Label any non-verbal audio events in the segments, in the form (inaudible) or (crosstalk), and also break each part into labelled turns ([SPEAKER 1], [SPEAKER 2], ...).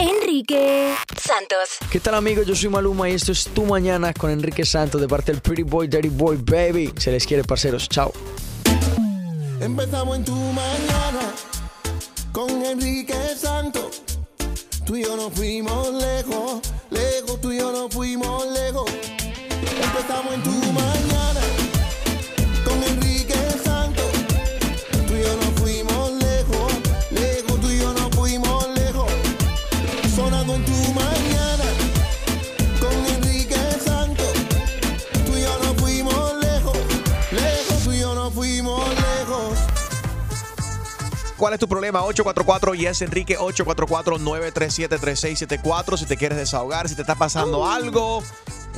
[SPEAKER 1] Enrique Santos.
[SPEAKER 2] ¿Qué tal amigos? Yo soy Maluma y esto es Tu Mañana con Enrique Santos de parte del Pretty Boy, Dirty Boy, Baby. Se les quiere, parceros. Chao.
[SPEAKER 3] Empezamos en tu mañana con Enrique Santos. Tú y yo no fuimos lejos, lejos, tú y yo no fuimos lejos. Empezamos en tu mañana con Enrique Santos. Tú y yo no fuimos lejos, lejos, tú y yo no fuimos lejos. Sonando en tu mañana con Enrique Santos. Tú y yo no fuimos lejos, lejos, tú y yo no fuimos lejos.
[SPEAKER 4] ¿Cuál es tu problema? 844 y es Enrique 844 937 3674 si te quieres desahogar, si te está pasando algo.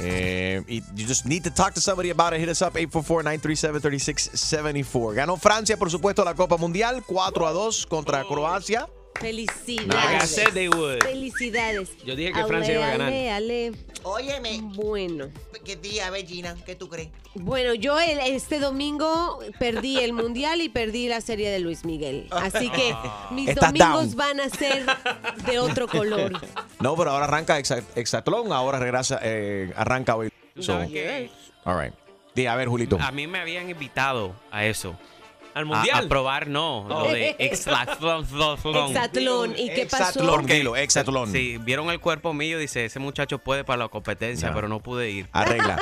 [SPEAKER 4] eh, y you just need to talk to somebody about it. Hit us up 844-937-3674. Ganó Francia, por supuesto, la Copa Mundial 4 a 2 contra Croacia.
[SPEAKER 5] Felicidades.
[SPEAKER 4] Like I said they would.
[SPEAKER 5] Felicidades.
[SPEAKER 4] Yo dije que Francia iba a ganar.
[SPEAKER 5] Ale, ale.
[SPEAKER 6] Óyeme.
[SPEAKER 5] Bueno.
[SPEAKER 6] ¿Qué día, Bellina? ¿Qué tú crees?
[SPEAKER 5] Bueno, yo el- este domingo perdí el mundial y perdí la serie de Luis Miguel. Así
[SPEAKER 4] (laughs)
[SPEAKER 5] que mis
[SPEAKER 4] Estás
[SPEAKER 5] domingos
[SPEAKER 4] down.
[SPEAKER 5] van a ser de otro color.
[SPEAKER 4] (laughs) No, pero ahora arranca Hexa- Hexatlón, ahora regresa, eh, arranca hoy. So,
[SPEAKER 7] sabes que-
[SPEAKER 4] all right. Di, a ver, Julito.
[SPEAKER 7] A mí me habían invitado a eso. ¿Al
[SPEAKER 4] mundial?
[SPEAKER 7] A, probar, no. Lo
[SPEAKER 5] (laughs)
[SPEAKER 7] de Exatlón.
[SPEAKER 5] Exatlón. ¿Y qué pasó?
[SPEAKER 4] Exatlón, dilo, Exatlón.
[SPEAKER 7] Sí, vieron el cuerpo mío, dice, ese muchacho puede para la competencia,
[SPEAKER 4] No.
[SPEAKER 7] pero no pude ir.
[SPEAKER 4] Arregla.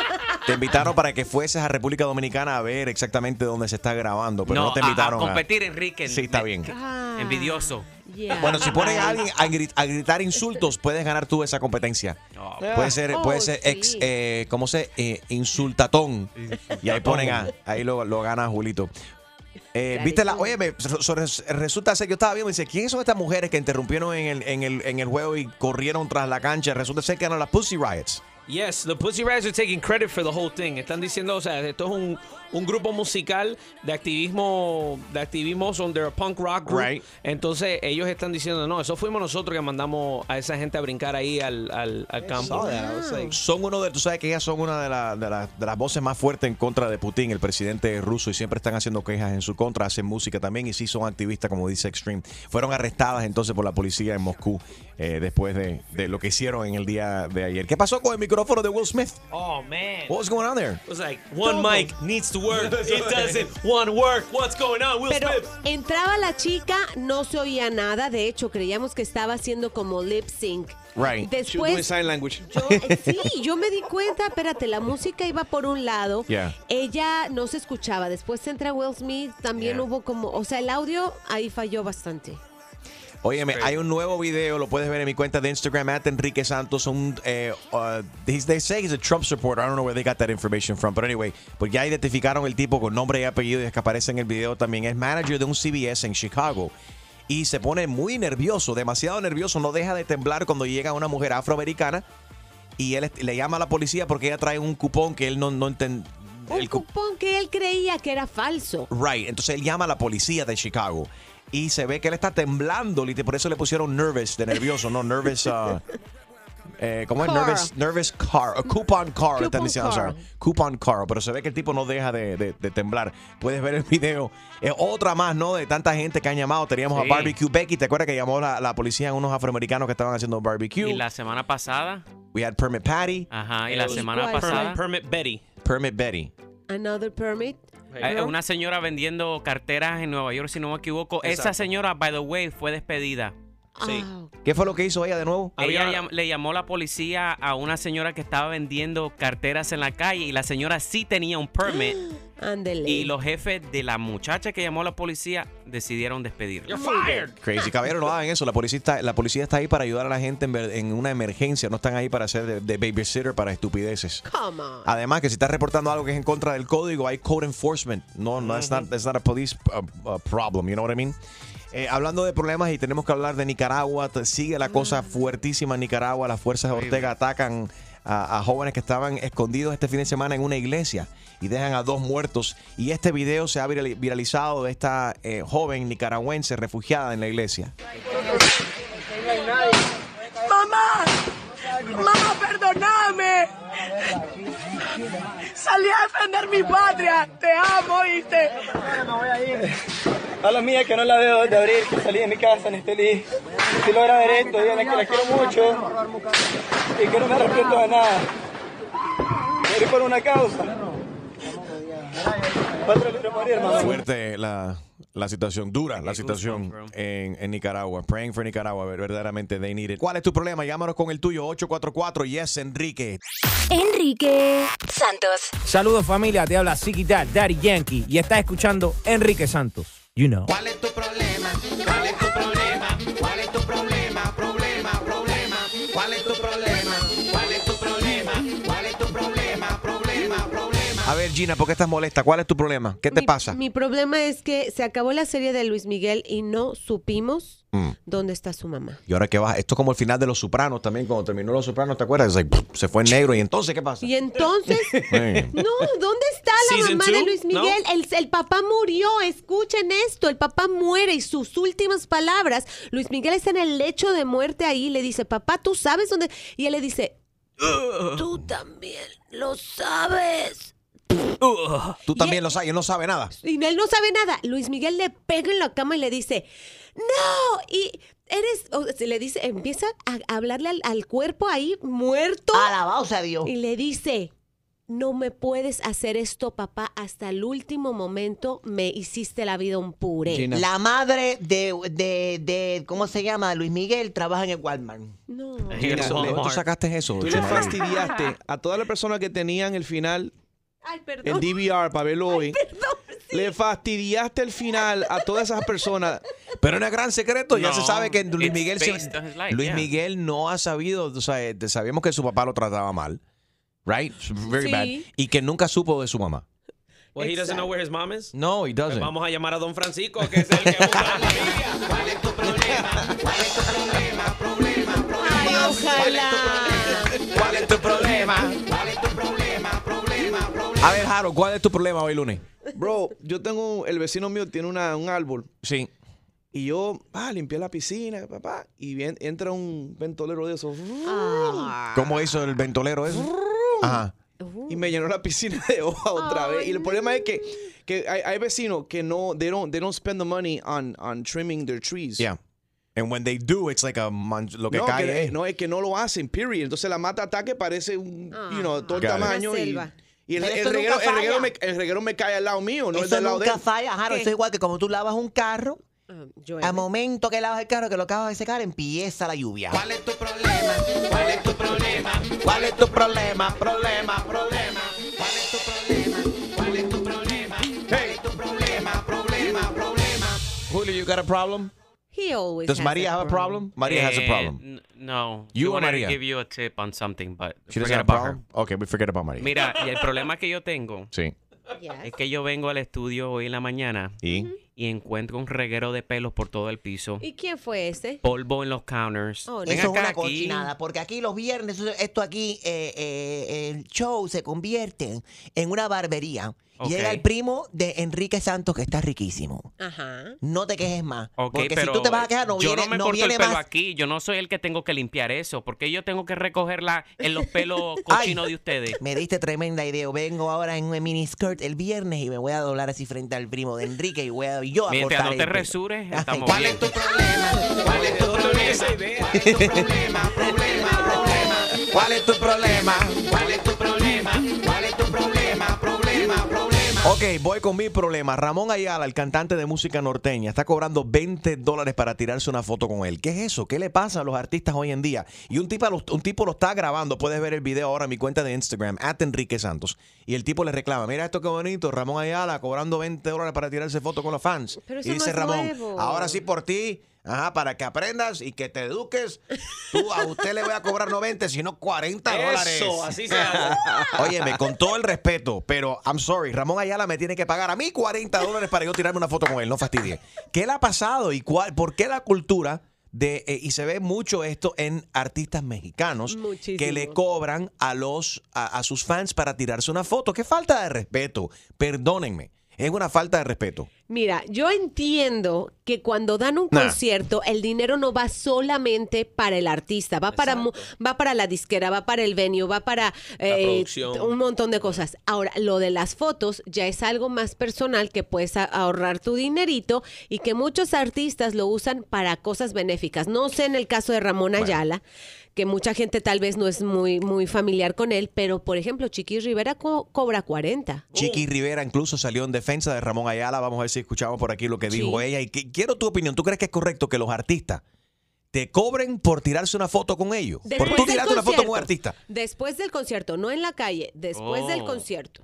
[SPEAKER 4] Te invitaron para que fueses a República Dominicana a ver exactamente dónde se está grabando, pero no, te
[SPEAKER 7] a- a
[SPEAKER 4] invitaron a-
[SPEAKER 7] competir, Enrique.
[SPEAKER 4] Sí, está
[SPEAKER 7] Me-
[SPEAKER 4] bien.
[SPEAKER 5] Ah,
[SPEAKER 7] Envidioso.
[SPEAKER 5] yeah.
[SPEAKER 4] Bueno, si pones a alguien a, gri- a gritar insultos, puedes ganar tú esa competencia.
[SPEAKER 7] No,
[SPEAKER 4] Puede ser,
[SPEAKER 5] Este Oh,
[SPEAKER 4] puede ser
[SPEAKER 5] sí.
[SPEAKER 4] ex, eh, ¿cómo se? eh, insultatón. Y ahí ponen a, ahí lo, lo gana Julito. Eh, Viste la, oye, me- so- so- resulta ser, yo estaba viendo, dice, ¿quiénes son estas mujeres que interrumpieron en el, en el, en el juego y corrieron tras la cancha? Resulta ser que eran las Pussy Riots.
[SPEAKER 8] Yes, the Pussy Riots are taking credit for the whole thing. Están diciendo, o sea, esto es un, un grupo musical de activismo, de activismo, son they're a punk rock group.
[SPEAKER 4] Right.
[SPEAKER 8] Entonces ellos están diciendo, no, eso fuimos nosotros que mandamos a esa gente a brincar ahí al, al, al campo.
[SPEAKER 4] Son uno de, tú sabes que ellas son una de, la- de las- de las voces más fuertes en contra de Putin, el presidente ruso, y siempre están haciendo quejas en su contra, hacen música también y sí son activistas, como dice Extreme. Fueron arrestadas entonces por la policía en Moscú eh, después de, de lo que hicieron en el día de ayer. ¿Qué pasó con el micrófono de Will Smith?
[SPEAKER 8] Oh man. It
[SPEAKER 4] What's going on there?
[SPEAKER 8] was like one mic needs to (laughs) work. It doesn't. One work. What's going on, Will
[SPEAKER 5] Pero
[SPEAKER 8] Smith?
[SPEAKER 5] entraba la chica, no se oía nada. De hecho, creíamos que estaba haciendo como lip sync.
[SPEAKER 4] Right.
[SPEAKER 5] Después Yo,
[SPEAKER 9] (laughs)
[SPEAKER 4] (laughs)
[SPEAKER 5] sí, yo me di cuenta, espérate, la música iba por un lado,
[SPEAKER 4] Yeah.
[SPEAKER 5] ella no se escuchaba, después entra Will Smith, también
[SPEAKER 4] Yeah.
[SPEAKER 5] hubo como, o sea, el audio ahí falló bastante.
[SPEAKER 4] Óyeme, hay un nuevo video, lo puedes ver en mi cuenta de Instagram, at Enrique Santos. Un, eh, uh, he's- they say he's a Trump supporter. I don't know where they got that information from. But anyway, pues ya identificaron el tipo con nombre y apellido y es que aparece en el video también. Es manager de un CBS en Chicago. Y se pone muy nervioso, demasiado nervioso. No deja de temblar cuando llega una mujer afroamericana y él est- le llama a la policía porque ella trae un cupón que él no, no entendía.
[SPEAKER 5] Un cupón que él creía que era falso.
[SPEAKER 4] Right. Entonces él llama a la policía de Chicago y se ve que él está temblando, lite- por eso le pusieron nervous, de nervioso, no nervous. uh, eh, ¿Cómo es?
[SPEAKER 5] Car.
[SPEAKER 4] Nervous, nervous car, a coupon car, le están
[SPEAKER 5] Coupon
[SPEAKER 4] diciendo. o sea,
[SPEAKER 5] car.
[SPEAKER 4] coupon car, pero se ve que el tipo no deja de, de- de temblar. Puedes ver el video. Es otra más, ¿no? De tanta gente que han llamado. Teníamos
[SPEAKER 7] Sí.
[SPEAKER 4] a Barbecue Becky, ¿te acuerdas que llamó la, la policía a unos afroamericanos que estaban haciendo barbecue?
[SPEAKER 7] Y la semana pasada,
[SPEAKER 4] We had Permit Patty,
[SPEAKER 7] ajá, y la
[SPEAKER 5] ¿Y
[SPEAKER 7] semana
[SPEAKER 5] cuál?
[SPEAKER 7] pasada,
[SPEAKER 8] Permit Betty.
[SPEAKER 4] Permit Betty.
[SPEAKER 5] Another permit.
[SPEAKER 7] eh, una señora vendiendo carteras en Nueva York, si no me equivoco. Esa señora, by the way, fue despedida.
[SPEAKER 8] Sí.
[SPEAKER 5] Ah, ok.
[SPEAKER 4] ¿Qué fue lo que hizo ella de nuevo?
[SPEAKER 7] Ella
[SPEAKER 8] Había-
[SPEAKER 7] llam- le llamó la policía a una señora que estaba vendiendo carteras en la calle y la señora sí tenía un permit
[SPEAKER 5] (gasps) Ándele.
[SPEAKER 7] y los jefes de la muchacha que llamó a la policía decidieron despedirla.
[SPEAKER 8] You're fired.
[SPEAKER 4] Crazy caballero, no hagan eso. La policía, está, la policía está ahí para ayudar a la gente en, ver- en una emergencia. No están ahí para hacer de, de babysitter para estupideces.
[SPEAKER 5] Come on.
[SPEAKER 4] Además, que si estás reportando algo que es en contra del código, hay code enforcement. No, no, that's, not, that's not a police uh, uh, problem. You know what I mean? Eh, hablando de problemas y tenemos que hablar de Nicaragua, te- sigue la cosa fuertísima en Nicaragua. Las fuerzas de Ortega atacan a, a jóvenes que estaban escondidos este fin de semana en una iglesia y dejan a dos muertos. Y este video se ha virali- viralizado de esta eh, joven nicaragüense refugiada en la iglesia.
[SPEAKER 10] Mamá, mamá, perdóname. Salí a defender mi patria. Te amo, ¿viste?
[SPEAKER 11] A la mía que no la veo desde abril, que salí de mi casa en este
[SPEAKER 12] si logra ver esto, díganle que la quiero mucho y que no me arrepiento de nada. Morí por una causa. Patria libre morir, hermano.
[SPEAKER 4] Fuerte la, la situación, dura la situación en, en Nicaragua. Praying for Nicaragua, ver- verdaderamente they need it. ¿Cuál es tu problema? Llámanos con el tuyo, 844-YES, Enrique.
[SPEAKER 13] Enrique Santos.
[SPEAKER 8] Saludos familia, te habla Ziggy Dad, Daddy Yankee y estás escuchando Enrique Santos. You know.
[SPEAKER 14] ¿Cuál es tu problema? ¿Cuál es tu problema? ¿Cuál es tu problema? Problema, problema.
[SPEAKER 4] A ver, Gina, ¿por qué estás molesta? ¿Cuál es tu problema? ¿Qué te pasa?
[SPEAKER 5] Mi problema es que se acabó la serie de Luis Miguel y no supimos
[SPEAKER 4] Mm.
[SPEAKER 5] dónde está su mamá.
[SPEAKER 4] Y ahora que vas, esto es como el final de Los Sopranos también, cuando terminó Los Sopranos, ¿te acuerdas? It's like, pff, se fue en negro y entonces, ¿qué
[SPEAKER 5] (laughs)
[SPEAKER 4] pasa?
[SPEAKER 5] Y entonces,
[SPEAKER 4] (laughs) Man.
[SPEAKER 5] no, ¿dónde está la
[SPEAKER 4] Season
[SPEAKER 5] mamá
[SPEAKER 4] two?
[SPEAKER 5] de Luis
[SPEAKER 4] No.
[SPEAKER 5] Miguel? El, el papá murió, escuchen esto, el papá muere y sus últimas palabras, Luis Miguel está en el lecho de muerte ahí, le dice, papá, ¿tú sabes dónde? Y él le dice, tú también lo sabes.
[SPEAKER 4] Tú también lo sabes, yo no sabe nada.
[SPEAKER 5] Y él no sabe nada. Luis Miguel le pega en la cama y le dice, no, y eres, o sea, le dice, empieza a hablarle al, al cuerpo ahí muerto.
[SPEAKER 14] Alabado sea Dios.
[SPEAKER 5] Y le dice, no me puedes hacer esto, papá, hasta el último momento me hiciste la vida un puré.
[SPEAKER 14] La madre de, de, de, ¿cómo se llama? Luis Miguel trabaja en el Walmart.
[SPEAKER 5] No.
[SPEAKER 9] Gina,
[SPEAKER 4] Eso, ¿de
[SPEAKER 9] Walmart.
[SPEAKER 4] dónde sacaste eso?
[SPEAKER 9] Tú le
[SPEAKER 4] Chumari?
[SPEAKER 9] fastidiaste a todas las personas que tenían el final,
[SPEAKER 5] Ay,
[SPEAKER 9] el
[SPEAKER 5] perdón.
[SPEAKER 9] DVR para verlo hoy. Le fastidiaste el final a todas esas personas.
[SPEAKER 4] Pero era gran secreto, ya
[SPEAKER 9] No,
[SPEAKER 4] se sabe que Luis
[SPEAKER 9] it's
[SPEAKER 4] Miguel, se-
[SPEAKER 9] based on his life,
[SPEAKER 4] Luis
[SPEAKER 9] yeah.
[SPEAKER 4] Miguel no ha sabido, o sea, eh, sabíamos que su papá lo trataba mal, right? Very
[SPEAKER 9] Sí.
[SPEAKER 4] bad. Y que nunca supo de su mamá.
[SPEAKER 9] Well, he doesn't know where his mom is.
[SPEAKER 4] No, he doesn't.
[SPEAKER 9] Vamos a llamar a Don Francisco, que es el que busca
[SPEAKER 4] (laughs)
[SPEAKER 9] la familia.
[SPEAKER 5] Ay, ojalá.
[SPEAKER 4] ¿Cuál es tu problema? ¿Cuál es tu problema? A ver, Jaro, ¿cuál es tu problema hoy lunes?
[SPEAKER 9] Bro, yo tengo, el vecino mío tiene una, un árbol.
[SPEAKER 4] Sí.
[SPEAKER 9] Y yo, ah, limpié la piscina, papá. Y bien, entra un ventolero de esos.
[SPEAKER 14] Ah.
[SPEAKER 4] ¿Cómo hizo el ventolero eso? Ajá.
[SPEAKER 9] Y me llenó la piscina de hoja otra vez. Y el problema es que, que hay, hay vecinos que no, they don't, they don't spend the money on, on trimming their trees.
[SPEAKER 4] Yeah. And when they do, it's like a man- lo que
[SPEAKER 9] no,
[SPEAKER 4] cae.
[SPEAKER 9] que-
[SPEAKER 4] eh.
[SPEAKER 9] no, es que no lo hacen, period. Entonces la mata ataque parece un, you know, todo el
[SPEAKER 4] Ah, Got it.
[SPEAKER 9] tamaño.
[SPEAKER 14] Una
[SPEAKER 9] Y,
[SPEAKER 14] selva.
[SPEAKER 9] y el,
[SPEAKER 14] Pero
[SPEAKER 9] el
[SPEAKER 14] eso nunca
[SPEAKER 9] reguero, el,
[SPEAKER 14] falla.
[SPEAKER 9] reguero me, el reguero me cae al lado mío, no es
[SPEAKER 14] eso
[SPEAKER 9] del lado de
[SPEAKER 14] nunca
[SPEAKER 9] él.
[SPEAKER 14] falla, Jaro. Eso es igual que como tú lavas un carro,
[SPEAKER 5] Ah,
[SPEAKER 14] al momento que lavas el carro, que lo acabas de secar, empieza la lluvia. ¿Cuál es tu problema? ¿Cuál es tu problema? ¿Cuál es tu problema? Problema, problema.
[SPEAKER 4] Julio, you got a problem?
[SPEAKER 5] He always
[SPEAKER 4] Does
[SPEAKER 5] has
[SPEAKER 4] María
[SPEAKER 5] a
[SPEAKER 4] have a problem? María has a
[SPEAKER 7] Eh,
[SPEAKER 4] problem.
[SPEAKER 7] n- No.
[SPEAKER 4] You
[SPEAKER 7] I
[SPEAKER 4] or
[SPEAKER 7] wanted to
[SPEAKER 4] María?
[SPEAKER 7] give you a tip on something, but
[SPEAKER 4] She doesn't
[SPEAKER 7] forget
[SPEAKER 4] have a
[SPEAKER 7] about
[SPEAKER 4] problem? Okay, we forget about María.
[SPEAKER 7] her. (laughs) Mira, y el problema que yo tengo
[SPEAKER 4] Sí.
[SPEAKER 7] es que yo vengo al estudio hoy en la mañana
[SPEAKER 4] ¿Y?
[SPEAKER 7] y encuentro un reguero de pelos por todo el piso,
[SPEAKER 5] ¿Y quién fue Pues ese?
[SPEAKER 7] polvo en los counters.
[SPEAKER 5] Oh, no.
[SPEAKER 7] Ven
[SPEAKER 14] Eso es
[SPEAKER 7] acá
[SPEAKER 14] una
[SPEAKER 7] aquí.
[SPEAKER 14] cochinada, porque aquí los viernes, eso- esto aquí, eh, eh, el show se convierte en una barbería.
[SPEAKER 7] Ok.
[SPEAKER 14] Llega el primo de Enrique Santos, que está riquísimo.
[SPEAKER 5] Ajá.
[SPEAKER 14] No te quejes más.
[SPEAKER 7] Ok,
[SPEAKER 14] porque
[SPEAKER 7] pero
[SPEAKER 14] si tú te vas a quejar, no
[SPEAKER 7] yo
[SPEAKER 14] viene,
[SPEAKER 7] no me
[SPEAKER 14] no
[SPEAKER 7] corto
[SPEAKER 14] viene
[SPEAKER 7] el pelo
[SPEAKER 14] más.
[SPEAKER 7] aquí. Yo no soy el que tengo que limpiar eso. Porque yo tengo que recogerla en
[SPEAKER 14] (laughs)
[SPEAKER 7] los pelos cochinos de ustedes.
[SPEAKER 14] Me diste tremenda idea. Vengo ahora en un miniskirt el viernes y me voy a doblar así frente al primo de Enrique y voy a yo a
[SPEAKER 7] Mientras
[SPEAKER 14] cortar
[SPEAKER 7] no
[SPEAKER 14] el
[SPEAKER 7] te
[SPEAKER 14] pelo.
[SPEAKER 7] resures,
[SPEAKER 14] Ay,
[SPEAKER 7] estamos
[SPEAKER 14] ¿cuál
[SPEAKER 7] bien.
[SPEAKER 14] es tu-
[SPEAKER 9] ¿Dónde viene esa idea?
[SPEAKER 4] ¿Cuál es tu problema? Ok, voy con mi problema. Ramón Ayala, el cantante de música norteña, está cobrando 20 dólares para tirarse una foto con él. ¿Qué es eso? ¿Qué le pasa a los artistas hoy en día? Y un tipo, lo- un tipo lo está grabando. Puedes ver el video ahora en mi cuenta de Instagram, at Enrique Santos. Y el tipo le reclama, mira esto qué bonito, Ramón Ayala cobrando 20 dólares para tirarse foto con los fans.
[SPEAKER 5] Pero eso
[SPEAKER 4] y
[SPEAKER 5] no
[SPEAKER 4] dice
[SPEAKER 5] es
[SPEAKER 4] Ramón,
[SPEAKER 5] nuevo.
[SPEAKER 4] ahora sí por ti, ajá, para que aprendas y que te eduques, tú a usted le voy a cobrar 90, sino 40 dólares.
[SPEAKER 9] Eso, así se hace. (laughs)
[SPEAKER 4] (laughs) Óyeme, con todo el respeto, pero I'm sorry, Ramón Ayala me tiene que pagar a mí 40 dólares para yo tirarme una foto con él, no fastidie. ¿Qué le ha pasado y cuál, por qué la cultura de, eh, y se ve mucho esto en artistas mexicanos que le cobran a, los, a, a sus fans para tirarse una foto? ¡Qué falta de respeto! Perdónenme, es una falta de respeto.
[SPEAKER 5] Mira, yo entiendo que cuando dan un
[SPEAKER 6] Nah.
[SPEAKER 5] concierto, el dinero no va solamente para el artista, va para, mu- va para la disquera, va para el venue, va para eh,
[SPEAKER 8] producción.
[SPEAKER 5] un montón de cosas. Ahora, lo de las fotos ya es algo más personal que puedes a- ahorrar tu dinerito y que muchos artistas lo usan para cosas benéficas. No sé en el caso de Ramón Ayala, que mucha gente tal vez no es muy, muy familiar con él, pero por ejemplo, Chiqui Rivera co- cobra 40.
[SPEAKER 4] Chiqui Rivera incluso salió en defensa de Ramón Ayala. Vamos a ver si escuchamos por aquí lo que dijo ella. Y que- quiero tu opinión. ¿Tú crees que es correcto que los artistas te cobren por tirarse una foto con ellos?
[SPEAKER 5] Después
[SPEAKER 4] por tú
[SPEAKER 5] del
[SPEAKER 4] tirarte una foto con un
[SPEAKER 5] concierto.
[SPEAKER 4] artista.
[SPEAKER 5] Después del concierto, no en la calle, después del
[SPEAKER 4] Oh.
[SPEAKER 5] concierto.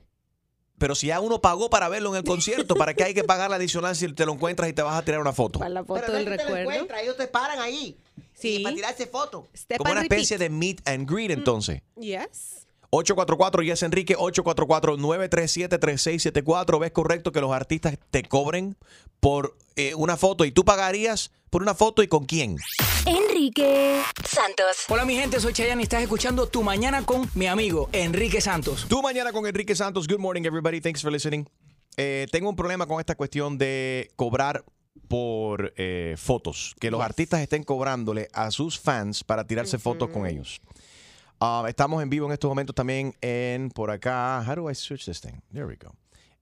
[SPEAKER 4] Pero si ya uno pagó para verlo en el concierto, ¿para qué hay que pagar la adicional si te lo encuentras y te vas a tirar una foto?
[SPEAKER 5] Para la (laughs) foto
[SPEAKER 14] Pero
[SPEAKER 5] del
[SPEAKER 14] no es que te lo
[SPEAKER 5] recuerdo.
[SPEAKER 14] encuentras, ellos te paran ahí.
[SPEAKER 5] Sí.
[SPEAKER 14] Para tirarse fotos.
[SPEAKER 4] Como una especie de meet and greet
[SPEAKER 5] Mm.
[SPEAKER 4] entonces.
[SPEAKER 5] Yes.
[SPEAKER 4] 844 yes Enrique 844 937 3674 ¿Ves correcto que los artistas te cobren por eh, una foto y tú pagarías por una foto y con quién?
[SPEAKER 1] Enrique Santos.
[SPEAKER 15] Hola mi gente, soy Chayanne y estás escuchando Tu Mañana con mi amigo Enrique Santos.
[SPEAKER 4] Tu mañana con Enrique Santos. Good morning everybody. Thanks for listening. Eh, tengo un problema con esta cuestión de cobrar por eh, fotos, que los artistas estén cobrándole a sus fans para tirarse fotos con ellos. Ah, estamos en vivo en estos momentos también en por acá. How do I switch this thing? There we go.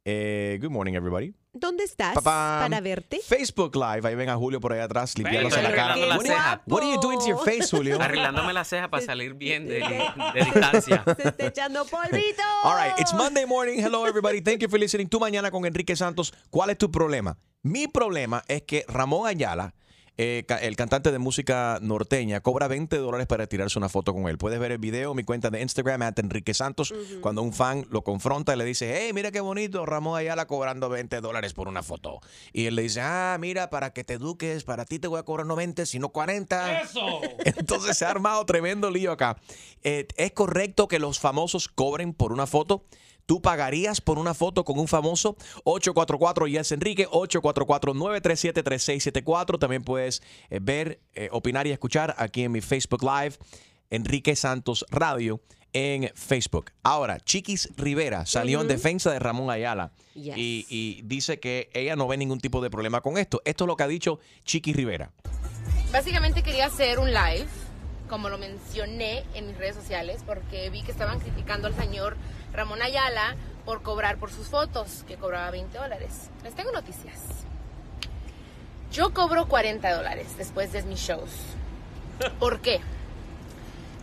[SPEAKER 4] Eh, good morning everybody.
[SPEAKER 5] ¿Dónde estás
[SPEAKER 4] Papam.
[SPEAKER 5] para verte?
[SPEAKER 4] Facebook Live. Ahí ven a Julio por ahí atrás limpiándose
[SPEAKER 7] Estoy
[SPEAKER 4] la cara.
[SPEAKER 7] arreglando la
[SPEAKER 4] What, are you-
[SPEAKER 7] ceja.
[SPEAKER 4] what are you doing to your face,
[SPEAKER 5] (laughs)
[SPEAKER 4] Julio?
[SPEAKER 7] Arreglándome la ceja para salir bien
[SPEAKER 4] Eh,
[SPEAKER 7] de, de
[SPEAKER 4] (laughs)
[SPEAKER 7] distancia.
[SPEAKER 5] Está echando polvito.
[SPEAKER 4] All right, it's Monday morning. Hello everybody. Thank you for listening. Tu mañana con Enrique Santos. ¿Cuál es tu problema? Mi problema es que Ramón Ayala, eh, ca- el cantante de música norteña, cobra 20 dólares para tirarse una foto con él. Puedes ver el video en mi cuenta de Instagram, at Enrique Santos. Cuando un fan lo confronta, le dice, hey, mira qué bonito, Ramón Ayala cobrando 20 dólares por una foto. Y él le dice, ah, mira, para que te eduques, para ti te voy a cobrar no 20, sino 40.
[SPEAKER 8] ¡Eso!
[SPEAKER 4] Entonces se ha armado tremendo lío acá. Eh, ¿Es correcto que los famosos cobren por una foto? ¿Tú pagarías por una foto con un famoso? 844 Yes Enrique, 844-937-3674. También puedes eh, ver, eh, opinar y escuchar aquí en mi Facebook Live, Enrique Santos Radio en Facebook. Ahora, Chiquis Rivera salió en
[SPEAKER 16] Ujú.
[SPEAKER 4] defensa de Ramón Ayala
[SPEAKER 16] Yes.
[SPEAKER 4] y, y dice que ella no ve ningún tipo de problema con esto. Esto es lo que ha dicho Chiquis Rivera.
[SPEAKER 17] Básicamente quería hacer un live, como lo mencioné en mis redes sociales, porque vi que estaban criticando al señor Ramón Ayala por cobrar por sus fotos, que cobraba 20 dólares. Les tengo noticias. Yo cobro 40 dólares después de mis shows. ¿Por qué?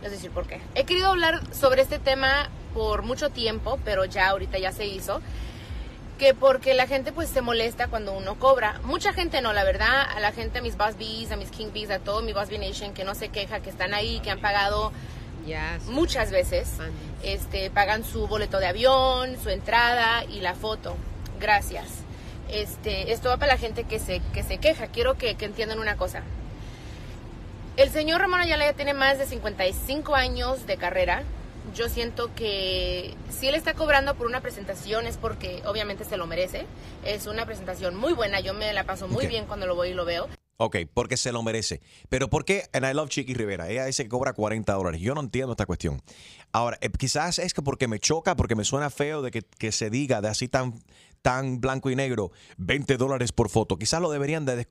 [SPEAKER 17] Les voy a decir por qué. He querido hablar sobre este tema por mucho tiempo, pero ya ahorita ya se hizo que porque la gente pues se molesta cuando uno cobra. Mucha gente no, la verdad, a la gente, a mis Boss Bees, a mis King Bees, a todo mi Boss Bee Nation que no se queja, que están ahí, que han pagado muchas veces, este, pagan su boleto de avión, su entrada y la foto. Gracias. Este, esto va para la gente que se, que se queja. Quiero que, que entiendan una cosa. El señor Ramón Ayala ya tiene más de 55 años de carrera. Yo siento que si él está cobrando por una presentación es porque obviamente se lo merece. Es una presentación muy buena. Yo me la paso muy bien cuando lo voy y lo veo.
[SPEAKER 4] Ok, porque se lo merece. Pero ¿por qué? And I love Chiqui Rivera. Ella dice que cobra 40 dólares. Yo no entiendo esta cuestión. Ahora, eh, quizás es que porque me choca, porque me suena feo de que, que se diga de así tan, tan blanco y negro, 20 dólares por foto. Quizás lo deberían de,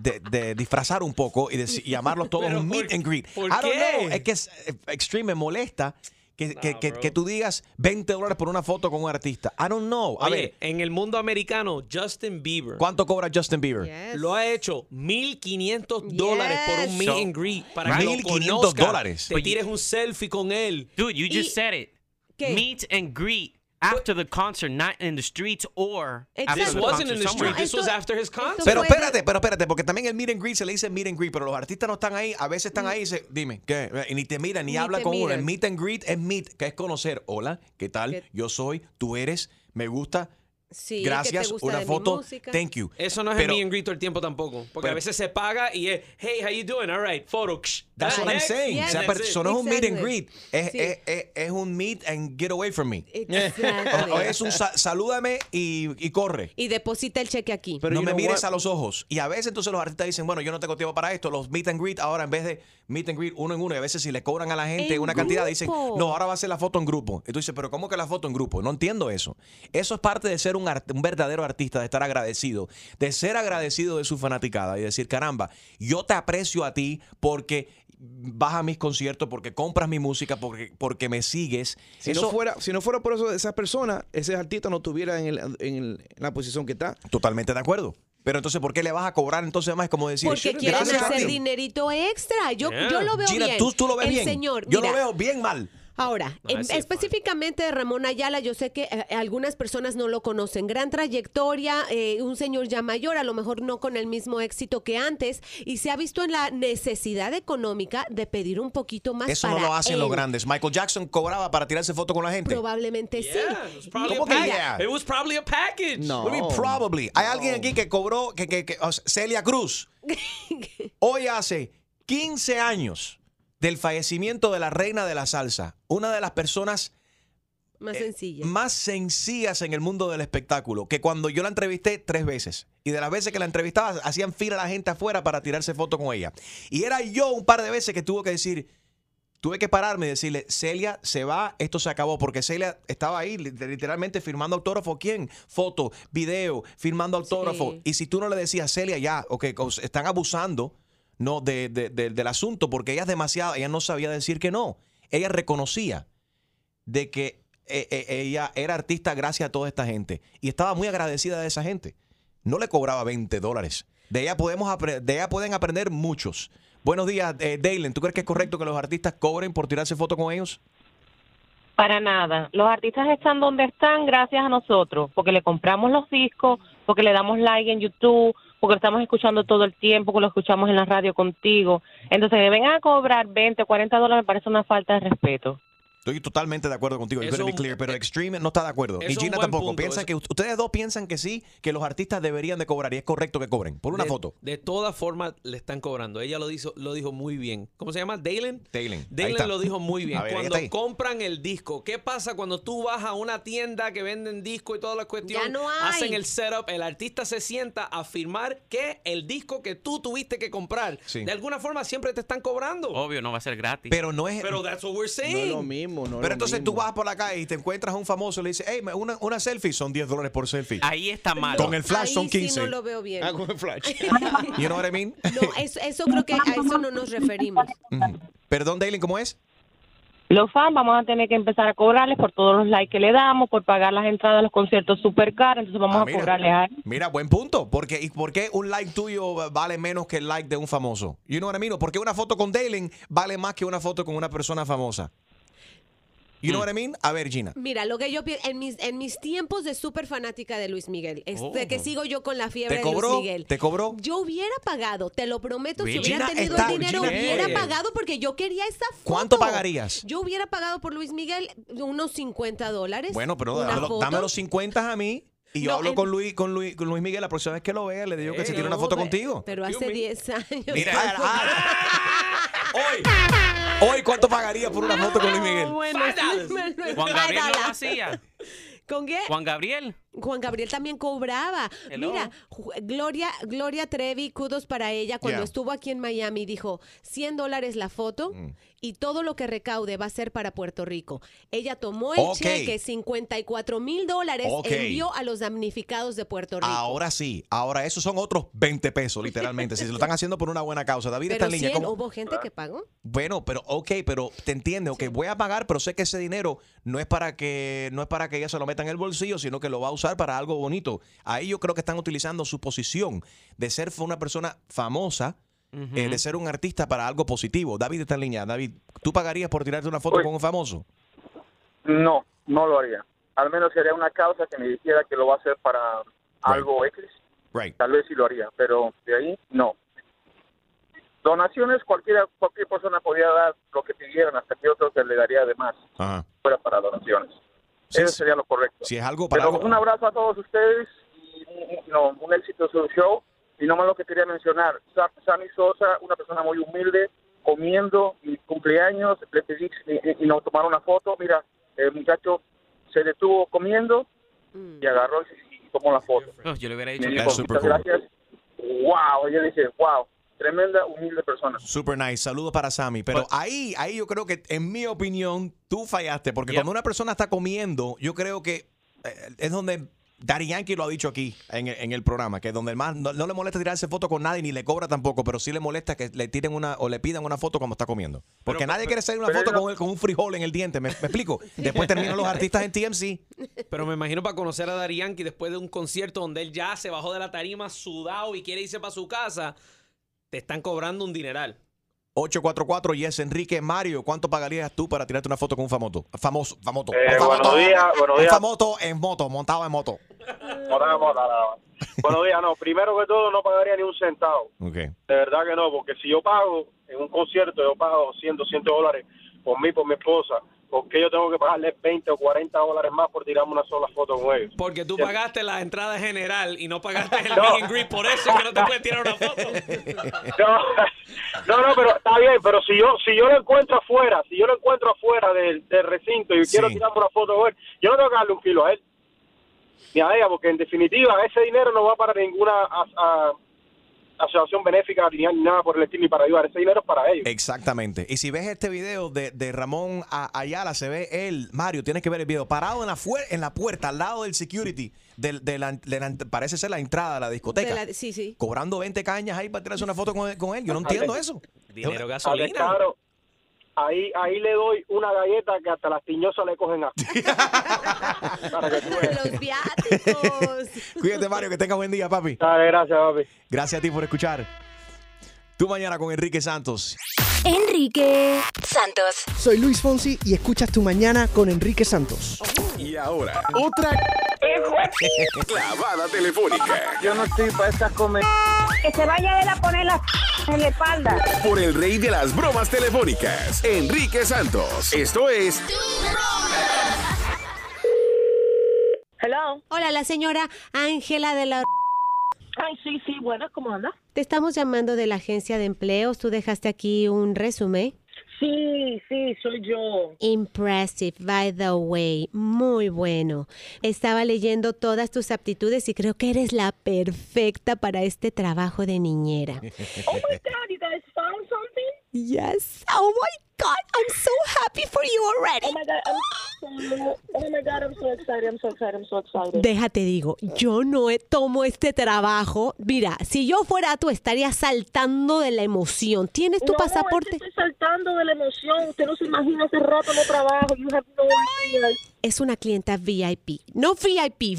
[SPEAKER 4] de- de disfrazar un poco y, deci- y llamarlos todos
[SPEAKER 16] Pero
[SPEAKER 4] un
[SPEAKER 16] ¿por-
[SPEAKER 4] meet and greet.
[SPEAKER 16] por
[SPEAKER 4] I don't
[SPEAKER 16] qué?
[SPEAKER 4] know. Es que es, eh, Extreme me molesta. Que, que- que- que tú digas 20 dólares por una foto con un artista. I don't know. A
[SPEAKER 8] Oye,
[SPEAKER 4] ver,
[SPEAKER 8] en el mundo americano, Justin Bieber
[SPEAKER 4] ¿cuánto cobra Justin Bieber?
[SPEAKER 8] lo ha hecho 1.500 dólares por un meet
[SPEAKER 4] So,
[SPEAKER 8] and greet para que lo
[SPEAKER 4] 1,500
[SPEAKER 8] conozcas,
[SPEAKER 4] dólares.
[SPEAKER 8] Te tires un selfie con él.
[SPEAKER 7] Dude, you just said it. Meet and greet after the concert, not in the streets or after
[SPEAKER 8] This
[SPEAKER 7] the
[SPEAKER 8] wasn't
[SPEAKER 7] concert
[SPEAKER 8] in the
[SPEAKER 7] somewhere.
[SPEAKER 8] street. This was after his concert.
[SPEAKER 4] Pero espérate, pero espérate, porque también el meet and greet se le dice meet and greet, pero los artistas no están ahí, a veces están ahí y se, dime, ¿qué? Y ni te miran, ni,
[SPEAKER 16] Ni
[SPEAKER 4] hablan
[SPEAKER 16] te
[SPEAKER 4] con uno.
[SPEAKER 16] miran.
[SPEAKER 4] El meet and greet es meet, que es conocer. Hola, ¿qué tal? Yo soy, tú eres, me gusta,
[SPEAKER 5] Sí,
[SPEAKER 4] gracias, una foto, thank you.
[SPEAKER 8] Eso no es
[SPEAKER 4] Pero-
[SPEAKER 8] el meet and greet todo el tiempo tampoco. Porque
[SPEAKER 4] Pero-
[SPEAKER 8] a veces se paga y es, hey, how you doing? All right, photo. ksh.
[SPEAKER 4] That's what I'm
[SPEAKER 8] Next.
[SPEAKER 4] saying.
[SPEAKER 8] Ah, Yes,
[SPEAKER 4] O sea,
[SPEAKER 8] that's
[SPEAKER 4] pero
[SPEAKER 8] it.
[SPEAKER 4] eso no es un meet and
[SPEAKER 8] Exactly.
[SPEAKER 4] greet, es,
[SPEAKER 8] Sí.
[SPEAKER 4] es- es- es un meet and get away from me.
[SPEAKER 5] Exactly.
[SPEAKER 4] (laughs) O, o es un sa- salúdame y, y corre.
[SPEAKER 5] Y deposita el cheque aquí.
[SPEAKER 4] no me mires a los ojos. Y a veces entonces los artistas dicen, bueno, yo no tengo tiempo para esto. Los meet and greet ahora en vez de meet and greet uno en uno. Y a veces si le cobran a la gente
[SPEAKER 18] En
[SPEAKER 4] una cantidad, dicen,
[SPEAKER 18] grupo.
[SPEAKER 4] no, ahora va a ser la foto en grupo. Y tú dices, pero ¿cómo que la foto en grupo? No entiendo eso. Eso es parte de ser un, art- un verdadero artista, de estar agradecido, de ser agradecido de su fanaticada y decir, caramba, yo te aprecio a ti porque vas a mis conciertos, porque compras mi música, porque, porque me sigues.
[SPEAKER 9] Si, no fuera, si no fuera por eso de esas personas, ese artista no estuviera en, el- en el- en la posición que está.
[SPEAKER 4] Totalmente de acuerdo. Pero entonces, ¿por qué le vas a cobrar entonces más? Es Como decir,
[SPEAKER 5] Porque quieren
[SPEAKER 4] "Gracias a
[SPEAKER 5] hacer
[SPEAKER 4] ti".
[SPEAKER 5] dinerito extra. Yo,
[SPEAKER 4] Yeah.
[SPEAKER 5] yo lo veo
[SPEAKER 4] Gina,
[SPEAKER 5] bien.
[SPEAKER 4] Tú, tú lo ves
[SPEAKER 5] El
[SPEAKER 4] bien.
[SPEAKER 5] señor,
[SPEAKER 4] Yo lo
[SPEAKER 5] mira,
[SPEAKER 4] veo bien mal.
[SPEAKER 5] Ahora,
[SPEAKER 4] No,
[SPEAKER 5] em-
[SPEAKER 4] así es,
[SPEAKER 5] específicamente de Ramón Ayala, yo sé que eh, algunas personas no lo conocen. Gran trayectoria, eh, un señor ya mayor, a lo mejor no con el mismo éxito que antes, y se ha visto en la necesidad económica de pedir un poquito más
[SPEAKER 4] Eso no
[SPEAKER 5] para
[SPEAKER 4] lo hacen los
[SPEAKER 5] él.
[SPEAKER 4] grandes. Michael Jackson cobraba para tirarse foto con la gente.
[SPEAKER 5] Probablemente sí.
[SPEAKER 8] Probably
[SPEAKER 4] ¿Cómo
[SPEAKER 8] a
[SPEAKER 4] que
[SPEAKER 8] package.
[SPEAKER 4] yeah?
[SPEAKER 8] It was probably a package.
[SPEAKER 4] What do you mean probably. Hay alguien aquí que cobró, que, que- que- o sea, Celia
[SPEAKER 5] (laughs)
[SPEAKER 4] Cruz, hoy hace 15 años del fallecimiento de la reina de la salsa, una de las personas
[SPEAKER 5] Más sencilla.
[SPEAKER 4] más sencillas en el mundo del espectáculo, que cuando yo la entrevisté tres veces, y de las veces que la entrevistaba, hacían fila la gente afuera para tirarse foto con ella. Y era yo un par de veces que tuve que decir, tuve que pararme y decirle, Celia se va, esto se acabó, porque Celia estaba ahí lit- literalmente firmando autógrafo, ¿quién? Foto, video, firmando autógrafo. Y si tú no le decías, Celia, ya, ok, cos- están abusando no de- de- de- del asunto, porque ella es demasiado, ella no sabía decir que no, ella reconocía de que eh, eh, ella era artista gracias a toda esta gente y estaba muy agradecida de esa gente. No le cobraba 20 dólares. De ella, podemos apre- de ella pueden aprender muchos. Buenos días, eh, Dalen. ¿Tú crees que es correcto que los artistas cobren por tirarse foto con ellos?
[SPEAKER 19] Para nada. Los artistas están donde están gracias a nosotros, porque le compramos los discos, porque le damos like en YouTube, porque lo estamos escuchando todo el tiempo, porque lo escuchamos en la radio contigo. Entonces, que vengan a cobrar 20 o 40 dólares me parece una falta de respeto.
[SPEAKER 4] Estoy totalmente de acuerdo contigo, you
[SPEAKER 8] Eso
[SPEAKER 4] couldn't be
[SPEAKER 8] es un-
[SPEAKER 4] clear, pero Extreme no está de acuerdo.
[SPEAKER 8] eso
[SPEAKER 4] Y
[SPEAKER 8] es un
[SPEAKER 4] Gina
[SPEAKER 8] buen
[SPEAKER 4] tampoco.
[SPEAKER 8] punto,
[SPEAKER 4] Piensa
[SPEAKER 8] eso-
[SPEAKER 4] que ustedes dos piensan que sí, que los artistas deberían de cobrar y es correcto que cobren por una
[SPEAKER 8] de,
[SPEAKER 4] foto.
[SPEAKER 8] De todas formas le están cobrando. Ella lo dijo, lo dijo muy bien. ¿Cómo se llama? Dalen.
[SPEAKER 4] Dalen. ahí está.
[SPEAKER 8] Dalen lo dijo muy bien.
[SPEAKER 4] A ver, ahí
[SPEAKER 8] cuando
[SPEAKER 4] está ahí.
[SPEAKER 8] compran el disco, ¿qué pasa cuando tú vas a una tienda que venden disco y toda la cuestión?
[SPEAKER 5] Ya no hay.
[SPEAKER 8] Hacen el setup, el artista se sienta a firmar que el disco que tú tuviste que comprar,
[SPEAKER 7] Sí.
[SPEAKER 8] de alguna forma siempre te están cobrando.
[SPEAKER 7] Obvio, no va a ser gratis.
[SPEAKER 4] Pero no es.
[SPEAKER 8] Pero that's what we're saying.
[SPEAKER 9] mismo, no
[SPEAKER 4] Pero entonces tú vas por la calle y te encuentras a un famoso y le dices, hey, me- una, una selfie son 10 dólares por selfie.
[SPEAKER 7] Ahí está mal.
[SPEAKER 4] Con el flash
[SPEAKER 5] Ahí
[SPEAKER 4] son 15.
[SPEAKER 5] Sí no lo veo bien.
[SPEAKER 9] Ah, con el flash.
[SPEAKER 4] (laughs) You know what I mean?
[SPEAKER 5] No, eso, eso creo que a eso no nos referimos.
[SPEAKER 4] Perdón, Dalen, ¿cómo es?
[SPEAKER 19] Los fans vamos a tener que empezar a cobrarles por todos los likes que le damos, por pagar las entradas a los conciertos super caros, entonces vamos
[SPEAKER 4] Ah,
[SPEAKER 19] a cobrarles a
[SPEAKER 4] mira, buen punto. Porque, ¿Y por qué un like tuyo vale menos que el like de un famoso? You know what I mean? ¿O ¿Por qué una foto con Dalen vale más que una foto con una persona famosa? You
[SPEAKER 8] Mm.
[SPEAKER 4] know what I mean? A ver, Gina.
[SPEAKER 5] Mira, lo que yo pienso, en mis, en mis tiempos de súper fanática de Luis Miguel, este,
[SPEAKER 4] Oh.
[SPEAKER 5] que sigo yo con la fiebre
[SPEAKER 4] ¿Te
[SPEAKER 5] de
[SPEAKER 4] cobró?
[SPEAKER 5] Luis Miguel.
[SPEAKER 4] ¿Te cobró?
[SPEAKER 5] Yo hubiera pagado, te lo prometo, si
[SPEAKER 4] Bien.
[SPEAKER 5] hubiera
[SPEAKER 4] Gina
[SPEAKER 5] tenido
[SPEAKER 4] está-
[SPEAKER 5] el dinero,
[SPEAKER 4] Gina
[SPEAKER 5] hubiera
[SPEAKER 4] está-
[SPEAKER 5] pagado porque yo quería esa foto.
[SPEAKER 4] ¿Cuánto pagarías?
[SPEAKER 5] Yo hubiera pagado por Luis Miguel unos 50 dólares.
[SPEAKER 4] Bueno, pero
[SPEAKER 5] una
[SPEAKER 4] dámelo-
[SPEAKER 5] foto.
[SPEAKER 4] dame los 50 a mí y yo
[SPEAKER 5] No,
[SPEAKER 4] hablo
[SPEAKER 5] en- Eh,
[SPEAKER 4] con, Luis, con, Luis, con Luis Miguel la próxima vez que lo vea, le digo que se
[SPEAKER 5] No,
[SPEAKER 4] tire una foto
[SPEAKER 5] pero-
[SPEAKER 4] contigo.
[SPEAKER 5] Pero hace 10 años.
[SPEAKER 4] Mira, ah, Hoy, ¿cuánto pagaría por una foto con Luis Miguel?
[SPEAKER 5] Ah, Bueno,
[SPEAKER 7] Juan Gabriel no lo
[SPEAKER 5] Fatal.
[SPEAKER 7] hacía.
[SPEAKER 5] ¿Con
[SPEAKER 4] Eh.
[SPEAKER 5] qué?
[SPEAKER 7] Juan Gabriel.
[SPEAKER 5] Juan Gabriel también cobraba.
[SPEAKER 7] Hello.
[SPEAKER 5] Mira, Ju- Gloria, Gloria Trevi, kudos para ella, cuando
[SPEAKER 7] Yeah.
[SPEAKER 5] estuvo aquí en Miami, dijo 100 dólares la foto
[SPEAKER 4] Mm.
[SPEAKER 5] y todo lo que recaude va a ser para Puerto Rico. Ella tomó el
[SPEAKER 4] Ok.
[SPEAKER 5] cheque, 54 mil dólares,
[SPEAKER 4] Ok. Ah,
[SPEAKER 5] envió a los damnificados de Puerto Rico.
[SPEAKER 4] Ahora sí, ahora esos son otros 20 pesos, literalmente. si se lo
[SPEAKER 5] (laughs)
[SPEAKER 4] están haciendo por una buena causa. David está
[SPEAKER 5] Pero
[SPEAKER 4] en línea.
[SPEAKER 5] 100,
[SPEAKER 4] ¿cómo?
[SPEAKER 5] hubo gente que pagó.
[SPEAKER 4] Bueno, pero ok, pero te entiendes, ok, voy a pagar, pero sé que ese dinero no es para que no es para que ella se lo meta en el bolsillo, sino que lo va a usar para algo bonito. Ahí yo creo que están utilizando su posición de ser f- una persona famosa, eh, de ser un artista para algo positivo. David está en línea. David, ¿tú pagarías por tirarte una foto con un famoso?
[SPEAKER 10] No, no lo haría. Al menos sería una causa que me dijera que lo va a hacer para algo X.
[SPEAKER 4] Right.
[SPEAKER 10] Tal vez sí lo haría, pero de ahí no. Donaciones cualquiera, cualquier persona podía dar lo que pidieran, hasta que yo creo que le daría de más
[SPEAKER 4] Ajá.
[SPEAKER 10] fuera para donaciones. Eso sería lo correcto.
[SPEAKER 4] Si es algo para
[SPEAKER 10] Pero
[SPEAKER 4] algo-
[SPEAKER 10] un abrazo a todos ustedes y un- no, un éxito su show. Y nomás lo que quería mencionar, Sa- Sammy Sosa, una persona muy humilde, comiendo mi cumpleaños, le pedí y, y- y nos tomaron una foto. Mira, el muchacho se detuvo comiendo y agarró y, y tomó la foto.
[SPEAKER 7] Oh, yo le hubiera
[SPEAKER 10] Me
[SPEAKER 7] (laughs) dicho
[SPEAKER 10] dijo,
[SPEAKER 7] que
[SPEAKER 10] "Muchas gracias. Wow, yo dije, wow.
[SPEAKER 20] tremenda, humilde persona.
[SPEAKER 4] Super nice. Saludos para Sammy.
[SPEAKER 10] Pues,
[SPEAKER 4] Pero ahí, ahí yo creo que, en mi opinión, tú fallaste. Porque
[SPEAKER 7] Yep.
[SPEAKER 4] cuando una persona está comiendo, yo creo que eh, es donde Daddy Yankee lo ha dicho aquí en, el- en el programa, que donde el más no, no le molesta tirarse foto con nadie ni le cobra tampoco, pero sí le molesta que le tiren una o le pidan una foto cuando está comiendo. Porque
[SPEAKER 8] Pero-
[SPEAKER 4] nadie
[SPEAKER 8] pero-
[SPEAKER 4] quiere hacer una
[SPEAKER 8] pero
[SPEAKER 4] foto
[SPEAKER 8] era-
[SPEAKER 4] con, el- con un frijol en el diente. ¿Me, me
[SPEAKER 8] (laughs)
[SPEAKER 4] explico? Después terminan los artistas en TMC.
[SPEAKER 8] Pero me imagino para conocer a Daddy Yankee después de un concierto donde él ya se bajó de la tarima sudado y quiere irse para su casa, te están cobrando un dineral.
[SPEAKER 4] 844 Yes Enrique Mario, ¿cuánto pagarías tú para tirarte una foto con un famoso? Famoso, famoso.
[SPEAKER 20] Eh,
[SPEAKER 4] Un famoso.
[SPEAKER 20] buenos días, buenos días.
[SPEAKER 4] Un famoso en moto, montado en moto.
[SPEAKER 20] No te hagas bola, nada más. Buenos días, no. Primero que todo, no pagaría ni un centavo.
[SPEAKER 4] Okay.
[SPEAKER 20] De verdad que no, porque si yo pago en un concierto, yo pago 100, 200 dólares por mí, por mi esposa, porque yo tengo que pagarle 20 o 40 dólares más por tirarme una sola foto con ellos.
[SPEAKER 8] Porque tú
[SPEAKER 20] Ya.
[SPEAKER 8] pagaste la entrada general y no pagaste el meet and greet, por eso es que no te puedes tirar una foto.
[SPEAKER 20] No, no, no, pero está bien, pero si yo si yo lo encuentro afuera, si yo lo encuentro afuera del, del recinto y quiero tirarme una foto con él, yo no tengo que darle un kilo a él, ni a ella, porque en definitiva ese dinero no va para ninguna as- a- asociación benéfica ni nada por el estilo, ni para ayudar, ese dinero es para ellos.
[SPEAKER 4] Exactamente. Y si ves este video de, de Ramón A- Ayala, se ve él, Mario, tienes que ver el video, parado en la, fuer- en la puerta, al lado del security, del- de la, de la- parece ser la entrada a la discoteca,
[SPEAKER 5] De la- sí, sí.
[SPEAKER 4] cobrando 20 cañas ahí para tirarse una foto con, con él. Yo no entiendo eso.
[SPEAKER 8] Dinero,
[SPEAKER 20] Ale, claro, ahí, ahí le doy una galleta que hasta las tiñosas le cogen a. Para que tú
[SPEAKER 4] (laughs)
[SPEAKER 20] veas.
[SPEAKER 5] Los viáticos.
[SPEAKER 4] Cuídate, Mario, que tenga buen día, papi.
[SPEAKER 20] gracias, papi.
[SPEAKER 4] Gracias a ti por escuchar. Tú mañana con Enrique Santos.
[SPEAKER 1] Enrique Santos.
[SPEAKER 16] Soy Luis Fonsi y escuchas tu mañana con Enrique Santos.
[SPEAKER 21] Y ahora,
[SPEAKER 16] Otra
[SPEAKER 21] clavada telefónica.
[SPEAKER 10] Yo no estoy para estas comer. Que se vaya de la poner la en la espalda.
[SPEAKER 21] Por el rey de las bromas telefónicas, Enrique Santos.
[SPEAKER 10] (laughs)
[SPEAKER 21] Esto es.
[SPEAKER 5] Hello. Hola, la señora Ángela de la... Ay, sí, sí, bueno, ¿cómo anda? Te estamos llamando de la agencia de empleos. Tú dejaste aquí un resumen.
[SPEAKER 22] Sí, sí, soy yo.
[SPEAKER 5] Impressive, by the way. Muy bueno. Estaba leyendo todas tus aptitudes y creo que eres la perfecta para este trabajo de (laughs) niñera.
[SPEAKER 22] Oh my God, you guys found something?
[SPEAKER 5] Yes. Oh my God, I'm so happy for you already.
[SPEAKER 22] Oh my God, I'm so, oh my God, I'm so excited, I'm so excited, I'm so excited.
[SPEAKER 5] Déjate digo, yo no he- tomo este trabajo. Mira, si yo fuera tú estaría saltando de la emoción. ¿Tienes tu
[SPEAKER 22] No, es que
[SPEAKER 5] pasaporte?
[SPEAKER 22] estoy saltando de la emoción. Usted no se imagina hace rato no trabajo. You have no idea.
[SPEAKER 5] Es una clienta VIP. No VIP, VVIIPP.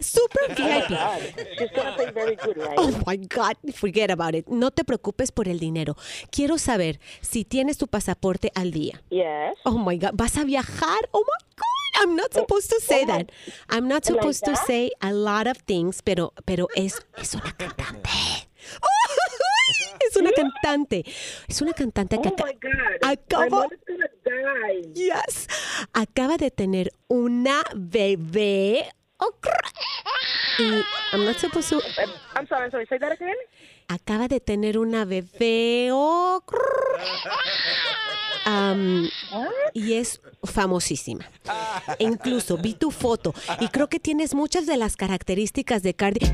[SPEAKER 5] Super VIP.
[SPEAKER 22] Oh She's gonna pay very good, right?
[SPEAKER 5] Oh my God, forget about it. No te preocupes por el dinero. Quiero saber si tienes tu pasaporte al día.
[SPEAKER 22] Yes.
[SPEAKER 5] Oh my God, ¿vas a viajar? Oh my God, I'm not supposed to say that. I'm not
[SPEAKER 22] Oh, Like
[SPEAKER 5] supposed to
[SPEAKER 22] that?
[SPEAKER 5] say a lot of things, pero, pero es, es una
[SPEAKER 22] (laughs)
[SPEAKER 5] cantante. (laughs) Es una cantante. Es una cantante que
[SPEAKER 22] Oh my
[SPEAKER 5] aca-
[SPEAKER 22] God. My
[SPEAKER 5] acaba,
[SPEAKER 22] mom is gonna die.
[SPEAKER 5] yes, (laughs) acaba de tener una bebé. Oh, cr- y I'm not supposed to-
[SPEAKER 22] I'm sorry, I'm sorry. Say that again.
[SPEAKER 5] acaba de tener una bebé. Oh, crrr. Am, y es famosísima. E incluso vi tu foto y creo que tienes muchas de las características de Cardi.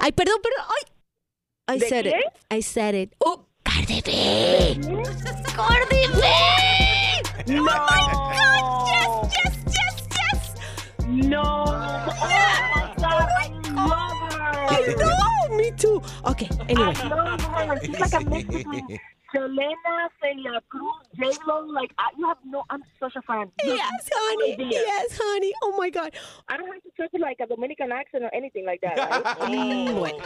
[SPEAKER 5] Ay, perdón, perdón. Ay, I
[SPEAKER 22] ¿De
[SPEAKER 5] said
[SPEAKER 22] quién?
[SPEAKER 5] it. I said it. Oh, Cardi B. Cardi B. Oh my God. Yes, yes, yes, yes.
[SPEAKER 22] No. Oh my God, I love her.
[SPEAKER 5] I know, me too. Okay, anyway.
[SPEAKER 22] I love her. She's like a mix between Selena, Celia Cruz, J-Lo. Like, I, you have no, I'm such a fan. You have
[SPEAKER 5] Yes,
[SPEAKER 22] no
[SPEAKER 5] honey.
[SPEAKER 22] idea.
[SPEAKER 5] Yes, honey. Oh my God.
[SPEAKER 22] I don't have to talk like a Dominican accent or anything like that, right?
[SPEAKER 5] (laughs) Mm, Bueno.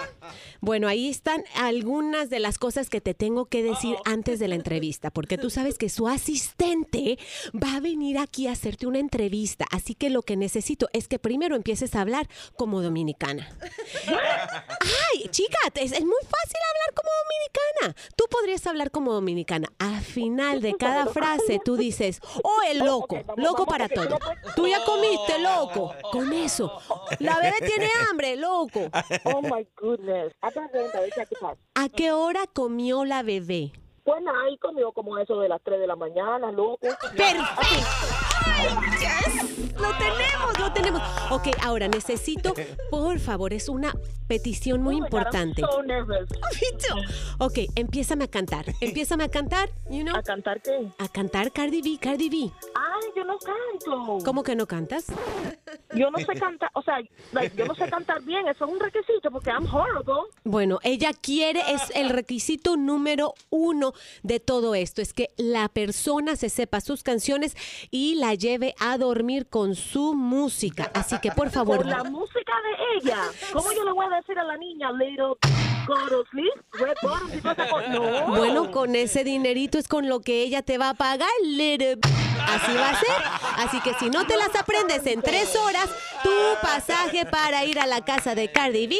[SPEAKER 5] Bueno, ahí están algunas de las cosas que te tengo que decir antes de la entrevista, porque tú sabes que su asistente va a venir aquí a hacerte una entrevista, así que lo que necesito es que primero empieces a hablar como dominicana. Ay, chica, te- es, es muy fácil hablar como dominicana. Tú podrías hablar como dominicana. Al final de cada frase tú dices, oh, el loco, loco para todo. Tú ya comiste, loco. Con eso, la bebé tiene hambre, loco.
[SPEAKER 22] Oh my goodness. I don't know that. It's like the past.
[SPEAKER 5] ¿A qué hora comió la bebé?
[SPEAKER 22] Bueno, ahí comió como eso de las 3 de la mañana, loco.
[SPEAKER 5] Perfecto. Yes. Lo tenemos, lo tenemos. Ok, ahora necesito, por favor, es una petición
[SPEAKER 22] Oh
[SPEAKER 5] muy importante. (laughs) Ok, empiézame a cantar. Empiézame a cantar, you know. ¿A cantar qué? A cantar Cardi B, Cardi B.
[SPEAKER 22] Ay, yo no canto.
[SPEAKER 5] ¿Cómo que no cantas?
[SPEAKER 22] Yo no sé cantar, o sea, like, yo no sé cantar bien, eso es un requisito porque I'm horrible.
[SPEAKER 5] Bueno, ella quiere, es el requisito número uno de todo esto, es que la persona se sepa sus canciones y la lleve a dormir con su música. Así que por favor,
[SPEAKER 22] (laughs) Con la música de ella. ¿Cómo yo le voy a decir a la niña, little go to sleep, red bottoms y todas esas cosas? No.
[SPEAKER 5] bueno, con ese dinerito es con lo que ella te va a pagar, little b- Así va a ser. Así que si no te las aprendes en tres horas, tu pasaje para ir a la casa de Cardi B,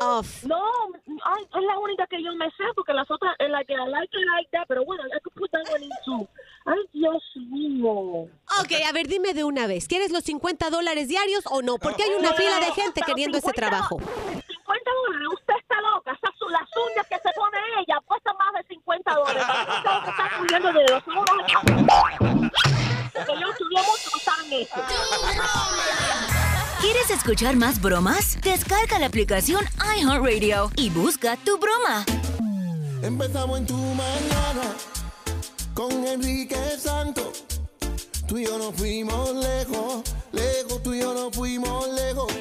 [SPEAKER 5] off.
[SPEAKER 22] No, ay, es la única que yo me sé porque las otras, es la que I like it like that, pero bueno, I could put that one in too. Ay, Dios mío.
[SPEAKER 5] Ok, a ver, dime de una vez, ¿quieres los 50 dólares diarios o no? Porque hay una fila de gente queriendo ese trabajo.
[SPEAKER 22] 50 dólares, usted está loca. Esas son las uñas que se pone ella, cuestan más de 50 dólares. Usted está cubriendo de los ojos. Porque yo estudié mucho, no saben eso.
[SPEAKER 1] ¿Quieres escuchar más bromas? Descarga la aplicación iHeartRadio y busca tu broma.
[SPEAKER 3] Empezamos en tu mañana con Enrique Santos. Tú y yo nos fuimos lejos, lejos, tú y yo nos fuimos lejos.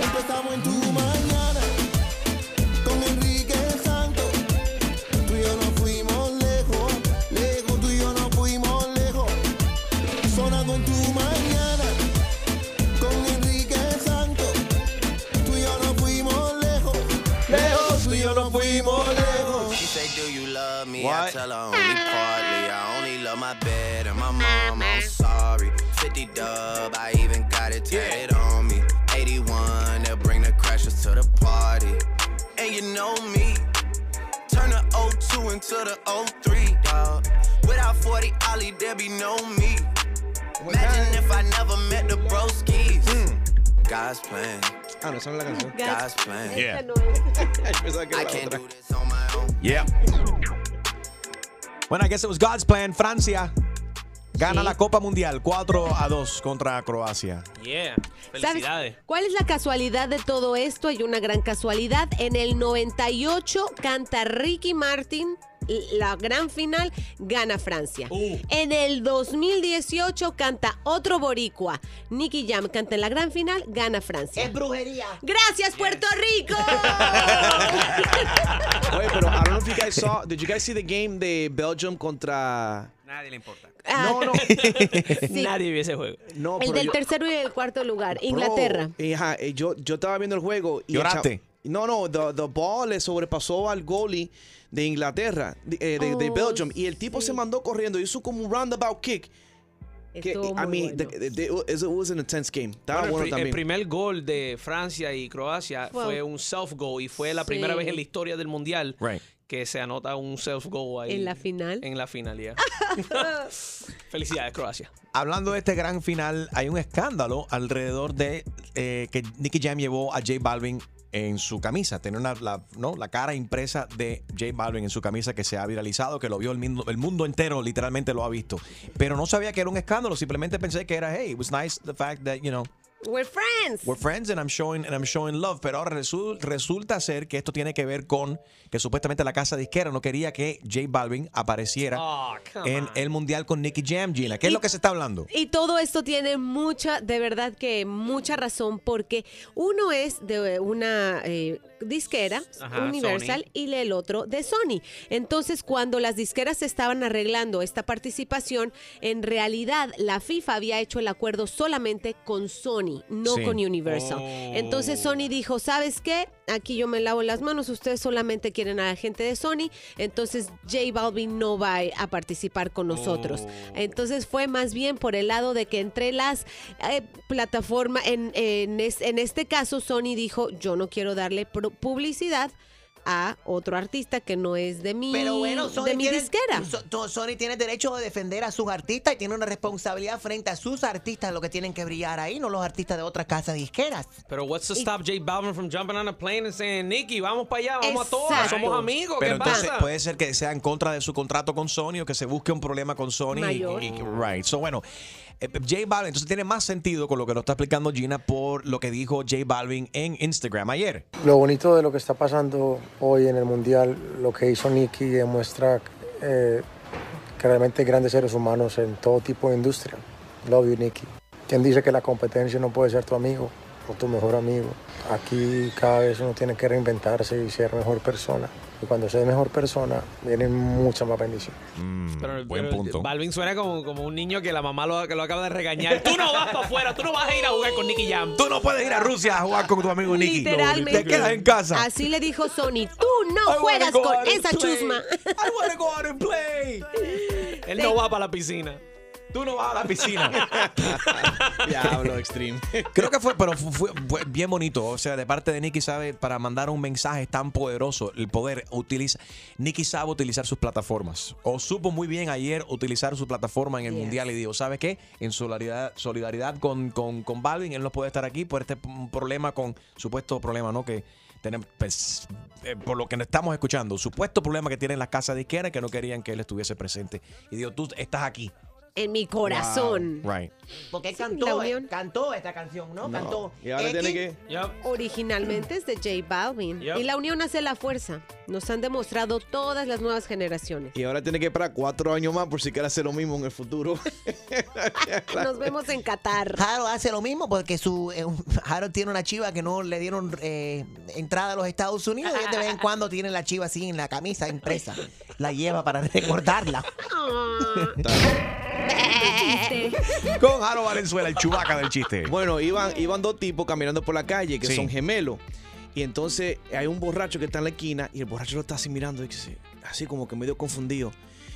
[SPEAKER 3] Empezamos en tu mañana con Enrique Santos. Tú y yo nos fuimos lejos, lejos, tú y yo nos fuimos lejos. Sonando en tu mañana con Enrique Santos. Tú y yo nos fuimos lejos, lejos, tú y yo nos fuimos lejos.
[SPEAKER 23] She say, Do you love me? I
[SPEAKER 3] What?
[SPEAKER 23] tell her only partly. I only love my bed and my mom. I'm sorry. 50 dub, I even got it tatted on me. 81, they'll bring the crashers to the party. And you know me. Turn the 02 into the 03, dog. Without 40 Ollie, there be no me. Imagine if I never met the broskies. God's
[SPEAKER 9] (laughs)
[SPEAKER 23] plan.
[SPEAKER 9] Ah, no, esa no es la canción.
[SPEAKER 23] God's plan.
[SPEAKER 9] Yeah. (laughs)
[SPEAKER 23] I can't do this (laughs) on my own.
[SPEAKER 4] Yeah. Bueno, I guess it was God's plan. Francia gana la Copa Mundial 4 a 2 contra Croacia.
[SPEAKER 8] Yeah.
[SPEAKER 5] ¿Sabes
[SPEAKER 8] Felicidades.
[SPEAKER 5] cuál es la casualidad de todo esto? Hay una gran casualidad. En el 98 canta Ricky Martin la gran final, gana Francia. En el 2018 canta otro boricua, Nicky Jam canta en la gran final, gana Francia. Es brujería. Gracias Puerto Rico.
[SPEAKER 9] Oye, pero I don't know if you guys saw, did you guys see the game de Belgium contra...
[SPEAKER 7] Nadie le importa.
[SPEAKER 9] No, (laughs)
[SPEAKER 5] (laughs)
[SPEAKER 9] no.
[SPEAKER 8] Nadie vio ese juego.
[SPEAKER 9] No,
[SPEAKER 5] el
[SPEAKER 9] pero
[SPEAKER 5] del
[SPEAKER 9] yo-
[SPEAKER 5] tercero y el cuarto lugar,
[SPEAKER 9] Bro,
[SPEAKER 5] Inglaterra.
[SPEAKER 9] eh, ajá, eh, yo, yo estaba viendo el juego. Y el
[SPEAKER 4] ¿Lloraste?
[SPEAKER 9] chavo- no, no, the, the ball le sobrepasó al goalie de Inglaterra, de, eh, de- de
[SPEAKER 5] Oh,
[SPEAKER 9] Belgium. Y el tipo se mandó corriendo, hizo como un roundabout kick. Que,
[SPEAKER 5] Estuvo
[SPEAKER 9] I
[SPEAKER 5] muy
[SPEAKER 9] mean, the- the- the- it was an intense game. Estaba
[SPEAKER 8] Bueno,
[SPEAKER 9] bueno,
[SPEAKER 8] el, pri- el
[SPEAKER 9] también.
[SPEAKER 8] primer gol de Francia y Croacia
[SPEAKER 5] Wow.
[SPEAKER 8] fue un self-goal y fue la
[SPEAKER 5] Sí.
[SPEAKER 8] primera vez en la historia del Mundial que se anota un self-goal ahí.
[SPEAKER 5] En la final. (laughs)
[SPEAKER 8] En la final, ya. Felicidades, Croacia.
[SPEAKER 4] Hablando de este gran final, hay un escándalo alrededor de eh, que Nicky Jam llevó a J Balvin en su camisa. Tenía una- la, ¿no? la cara impresa de J Balvin en su camisa que se ha viralizado, que lo vio el mundo, el mundo entero, literalmente lo ha visto. Pero no sabía que era un escándalo, simplemente pensé que era, hey, it was nice the fact that, you know,
[SPEAKER 5] We're friends.
[SPEAKER 4] We're friends and I'm showing and I'm showing love. Pero ahora resu- resulta ser que esto tiene que ver con que supuestamente la casa disquera no quería que J Balvin apareciera
[SPEAKER 8] Oh, come
[SPEAKER 4] en
[SPEAKER 8] on.
[SPEAKER 4] el mundial con Nicky Jam, Gina. ¿Qué es lo que se está hablando?
[SPEAKER 5] Y todo esto tiene mucha, de verdad que mucha razón, porque uno es de una eh, disquera,
[SPEAKER 1] Ajá,
[SPEAKER 5] Universal,
[SPEAKER 1] Sony.
[SPEAKER 5] y el otro de Sony. Entonces, cuando las disqueras estaban arreglando esta participación, en realidad la FIFA había hecho el acuerdo solamente con Sony, no
[SPEAKER 1] Sí.
[SPEAKER 5] con Universal.
[SPEAKER 1] Oh.
[SPEAKER 5] Entonces, Sony dijo, ¿sabes qué? Aquí yo me lavo las manos, ustedes solamente quieren a la gente de Sony, entonces J Balvin no va a participar con nosotros.
[SPEAKER 8] Oh.
[SPEAKER 5] Entonces fue más bien por el lado de que entre las eh, plataformas, en, en es- en este caso Sony dijo, yo no quiero darle pro- publicidad a otro artista que no es de mi,
[SPEAKER 14] Pero bueno, Sony,
[SPEAKER 5] de mi
[SPEAKER 14] tiene,
[SPEAKER 5] disquera.
[SPEAKER 14] So- to- Sony tiene derecho de defender a sus artistas y tiene una responsabilidad frente a sus artistas, lo que tienen que brillar ahí, no los artistas de otras casas disqueras.
[SPEAKER 8] Pero what's to stop J Balvin from jumping on a plane and saying, Nicky, vamos para allá, vamos a todas,
[SPEAKER 14] Exacto.
[SPEAKER 8] somos amigos,
[SPEAKER 4] Pero
[SPEAKER 8] ¿qué
[SPEAKER 4] entonces
[SPEAKER 8] pasa?
[SPEAKER 4] puede ser que sea en contra de su contrato con Sony o que se busque un problema con Sony. y-
[SPEAKER 8] Mayor.
[SPEAKER 4] y- y- right. So, bueno, eh, J Balvin, entonces tiene más sentido con lo que nos está explicando Gina por lo que dijo J Balvin en Instagram ayer.
[SPEAKER 2] Lo bonito de lo que está pasando hoy en el Mundial, lo que hizo Nicky demuestra eh, que realmente hay grandes seres humanos en todo tipo de industria. Love you, Nicky. ¿Quién dice que la competencia no puede ser tu amigo o tu mejor amigo? Aquí cada vez uno tiene que reinventarse y ser mejor persona. Y cuando seas mejor persona, vienen muchas más bendiciones.
[SPEAKER 8] Pero- pero Balvin suena como, como un niño que la mamá lo, que lo acaba de regañar. Tú no vas para afuera, tú no vas a ir a jugar con Nicky Jam.
[SPEAKER 4] Tú no puedes ir a Rusia a jugar con tu amigo Nicky.
[SPEAKER 5] Literalmente.
[SPEAKER 4] Te quedas en casa.
[SPEAKER 5] Así le dijo Sony, tú no
[SPEAKER 8] wanna
[SPEAKER 5] juegas
[SPEAKER 8] go
[SPEAKER 5] con
[SPEAKER 8] out and
[SPEAKER 5] esa
[SPEAKER 8] play.
[SPEAKER 5] chusma.
[SPEAKER 8] I wanna go out and play. Él no va para la piscina.
[SPEAKER 4] Tú no vas a la
[SPEAKER 8] (laughs)
[SPEAKER 4] piscina.
[SPEAKER 9] Diablo, extreme.
[SPEAKER 4] (laughs) Creo que fue, pero fue, fue- fue bien bonito. O sea, de parte de Nicky Sabe, para mandar un mensaje tan poderoso, el poder utiliza. Nicky sabe utilizar sus plataformas. O supo muy bien ayer utilizar su plataforma en el mundial y dijo: ¿Sabes qué? En solidaridad, solidaridad con, con, con Balvin, él no puede estar aquí por este p- problema con. Supuesto problema, ¿no? Que. tenemos, pues, eh, por lo que estamos escuchando, supuesto problema que tienen las casas de izquierda que no querían que él estuviese presente. Y dijo, tú estás aquí.
[SPEAKER 5] (laughs) En mi corazón.
[SPEAKER 4] Right.
[SPEAKER 14] Porque él
[SPEAKER 5] la
[SPEAKER 14] cantó,
[SPEAKER 5] unión.
[SPEAKER 14] cantó esta canción, ¿no?
[SPEAKER 4] No.
[SPEAKER 14] Cantó.
[SPEAKER 4] Y ahora tiene
[SPEAKER 14] X,
[SPEAKER 5] Originalmente es de J Balvin.
[SPEAKER 9] Yep.
[SPEAKER 5] Y la unión hace la fuerza. Nos han demostrado todas las
[SPEAKER 9] (laughs)
[SPEAKER 5] nuevas generaciones.
[SPEAKER 9] Y ahora tiene que esperar cuatro años más por si quiere hacer lo mismo en el futuro.
[SPEAKER 5] (laughs) Nos vemos en Qatar.
[SPEAKER 14] Harold hace lo mismo porque su eh, un- (laughs) Harold tiene una chiva que no le dieron eh, entrada a los Estados Unidos y él
[SPEAKER 24] (laughs)
[SPEAKER 14] de vez en cuando tiene la chiva así en la camisa impresa. La lleva para (laughs) recordarla.
[SPEAKER 4] Con Jaro Valenzuela, el chubaca del chiste.
[SPEAKER 9] Bueno, iban, iban dos tipos caminando por la calle que
[SPEAKER 4] Sí.
[SPEAKER 9] son gemelos. Y entonces hay un borracho que está en la esquina y el borracho lo está así mirando, y dice, así como que medio confundido.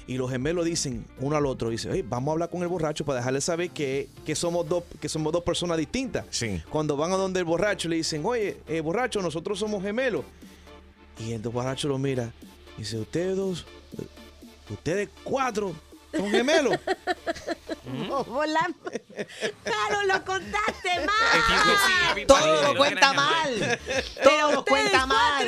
[SPEAKER 9] Y los gemelos dicen uno al otro, dice, "Hey, vamos a hablar con el borracho para dejarle saber que, que somos dos que somos dos personas distintas. Cuando van a donde el borracho le dicen, oye, eh, borracho, nosotros somos gemelos. Y el borracho lo mira y dice, ustedes dos, eh, ustedes cuatro son gemelos.
[SPEAKER 4] Mm.
[SPEAKER 5] (laughs) Hola. Claro,
[SPEAKER 4] (laughs)
[SPEAKER 5] lo contaste mal.
[SPEAKER 4] pues,
[SPEAKER 14] Todo lo cuenta mal. Todo lo cuenta mal.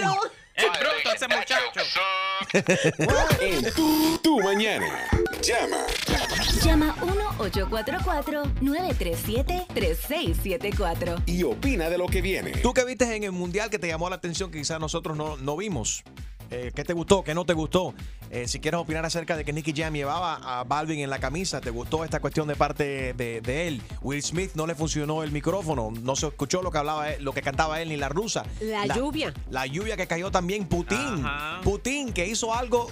[SPEAKER 21] En tu, tu mañana. Llama.
[SPEAKER 1] Llama 1-844-937-3674.
[SPEAKER 21] Y opina de lo que viene.
[SPEAKER 4] ¿Tú qué viste en el mundial que te llamó la atención que quizás nosotros no, no vimos? Eh, ¿Qué te gustó? ¿Qué no te gustó? Eh, si quieres opinar acerca de que Nicky Jam llevaba a Balvin en la camisa, ¿te gustó esta cuestión de parte de, de él? Will Smith no le funcionó el micrófono, no se escuchó lo que hablaba, él- lo que cantaba él ni la rusa.
[SPEAKER 5] La lluvia.
[SPEAKER 4] La lluvia que cayó también Putin. Putin que hizo algo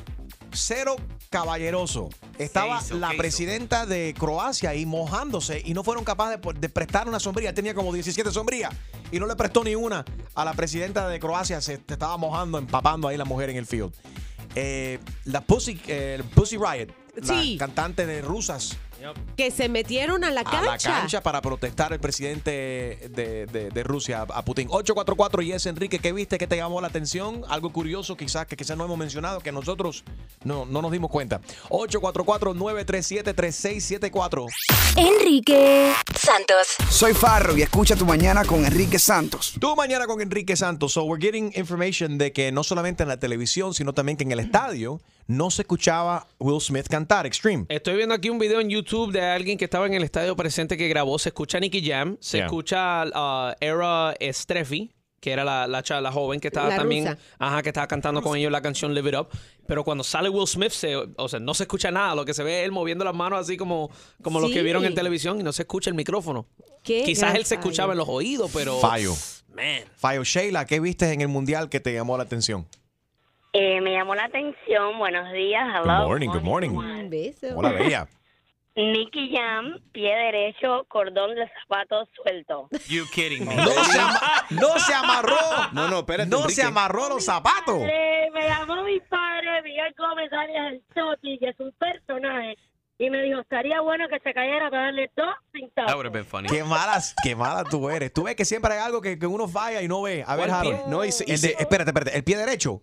[SPEAKER 4] cero caballeroso. Estaba
[SPEAKER 7] hizo?
[SPEAKER 4] la
[SPEAKER 7] ¿Qué hizo?
[SPEAKER 4] presidenta de Croacia ahí mojándose y no fueron capaces de, de prestar una sombrilla. Tenía como 17 sombrillas y no le prestó ni una a la presidenta de Croacia. Se te estaba mojando, empapando ahí la mujer en el field. Eh, la Pussy, eh, Pussy Riot,
[SPEAKER 5] Sí.
[SPEAKER 4] la cantante de rusas
[SPEAKER 5] Que se metieron a la
[SPEAKER 4] a la
[SPEAKER 5] cancha.
[SPEAKER 4] cancha para protestar el presidente de, de- de Rusia a Putin. 844 y es Enrique, ¿qué viste? ¿Qué te llamó la atención? Algo curioso quizás que quizás no hemos mencionado, que nosotros no, no nos dimos cuenta. 844-937-3674.
[SPEAKER 13] Enrique Santos.
[SPEAKER 25] Soy Farro y escucha tu mañana con Enrique Santos.
[SPEAKER 4] Tú mañana con Enrique Santos. So we're getting information de que no solamente en la televisión, sino también que en el estadio no se escuchaba Will Smith cantar Extreme.
[SPEAKER 8] Estoy viendo aquí un video en YouTube de alguien que estaba en el estadio presente que grabó. Se escucha Nicky Jam, se
[SPEAKER 4] Yeah.
[SPEAKER 8] escucha a Era Strefi, que era la, la, cha- la joven que estaba
[SPEAKER 7] La
[SPEAKER 8] también,
[SPEAKER 7] rusa.
[SPEAKER 8] ajá, que estaba cantando con ellos la canción Live It Up. Pero cuando sale Will Smith, se- o sea, no se escucha nada. Lo que se ve es él moviendo las manos así como, como los
[SPEAKER 5] Sí.
[SPEAKER 8] que vieron en televisión y no se escucha el micrófono.
[SPEAKER 5] Qué
[SPEAKER 8] Quizás
[SPEAKER 5] gran
[SPEAKER 8] él se escuchaba
[SPEAKER 5] fallo.
[SPEAKER 8] en los oídos, pero.
[SPEAKER 4] Fallo.
[SPEAKER 8] Man.
[SPEAKER 4] Fallo. Sheila, ¿qué viste en el mundial que te llamó la atención?
[SPEAKER 24] Eh, me llamó la atención. Buenos días. Hello.
[SPEAKER 4] good morning.
[SPEAKER 5] Un beso.
[SPEAKER 4] Hola, Bella.
[SPEAKER 24] Nicky Jam, pie derecho, cordón del zapato suelto.
[SPEAKER 7] You kidding me.
[SPEAKER 4] No se, ama- no se amarró.
[SPEAKER 9] No, no, espérate.
[SPEAKER 4] No se amarró los zapatos.
[SPEAKER 24] Padre, me llamó mi padre, Miguel Gómez Arias el Choti, que es un personaje, y me dijo, estaría bueno que se cayera para darle dos cintas.
[SPEAKER 7] would have been funny.
[SPEAKER 4] Qué malas, qué mala tú eres. Tú ves que siempre hay algo que, que uno falla y no ve. A ver,
[SPEAKER 7] ¿Cuál pie?
[SPEAKER 4] Harold. No, y, espérate, espérate. El pie derecho.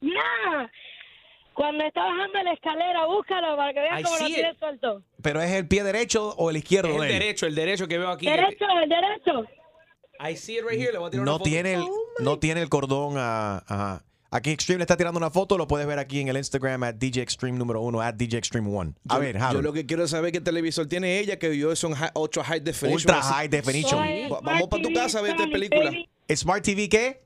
[SPEAKER 24] Yeah. Cuando está bajando la escalera, búscalo para que
[SPEAKER 4] I
[SPEAKER 24] veas cómo lo
[SPEAKER 4] see it.
[SPEAKER 24] tiene suelto.
[SPEAKER 4] Pero es el pie derecho o el izquierdo.
[SPEAKER 8] El
[SPEAKER 4] de él?
[SPEAKER 8] derecho, el derecho que veo aquí.
[SPEAKER 24] Derecho, el derecho.
[SPEAKER 8] (laughs) I see it right here. Le voy a tirar
[SPEAKER 4] No
[SPEAKER 8] una foto.
[SPEAKER 4] tiene el, no tiene el cordón. ah, ajá. Aquí Extreme le está tirando una foto, lo puedes ver aquí en el Instagram at DJ Extreme número uno, at DJ Extreme one. A
[SPEAKER 9] Yo-
[SPEAKER 4] ver,
[SPEAKER 9] Yo
[SPEAKER 4] Harold.
[SPEAKER 9] lo que quiero saber qué televisor tiene ella, que yo son hi- ultra high definition.
[SPEAKER 4] Ultra
[SPEAKER 9] así.
[SPEAKER 4] high definition. Soy
[SPEAKER 9] Va- Vamos para tu
[SPEAKER 4] Marty
[SPEAKER 9] casa a ver esta
[SPEAKER 4] Sony,
[SPEAKER 9] película.
[SPEAKER 4] baby. ¿Smart TV qué?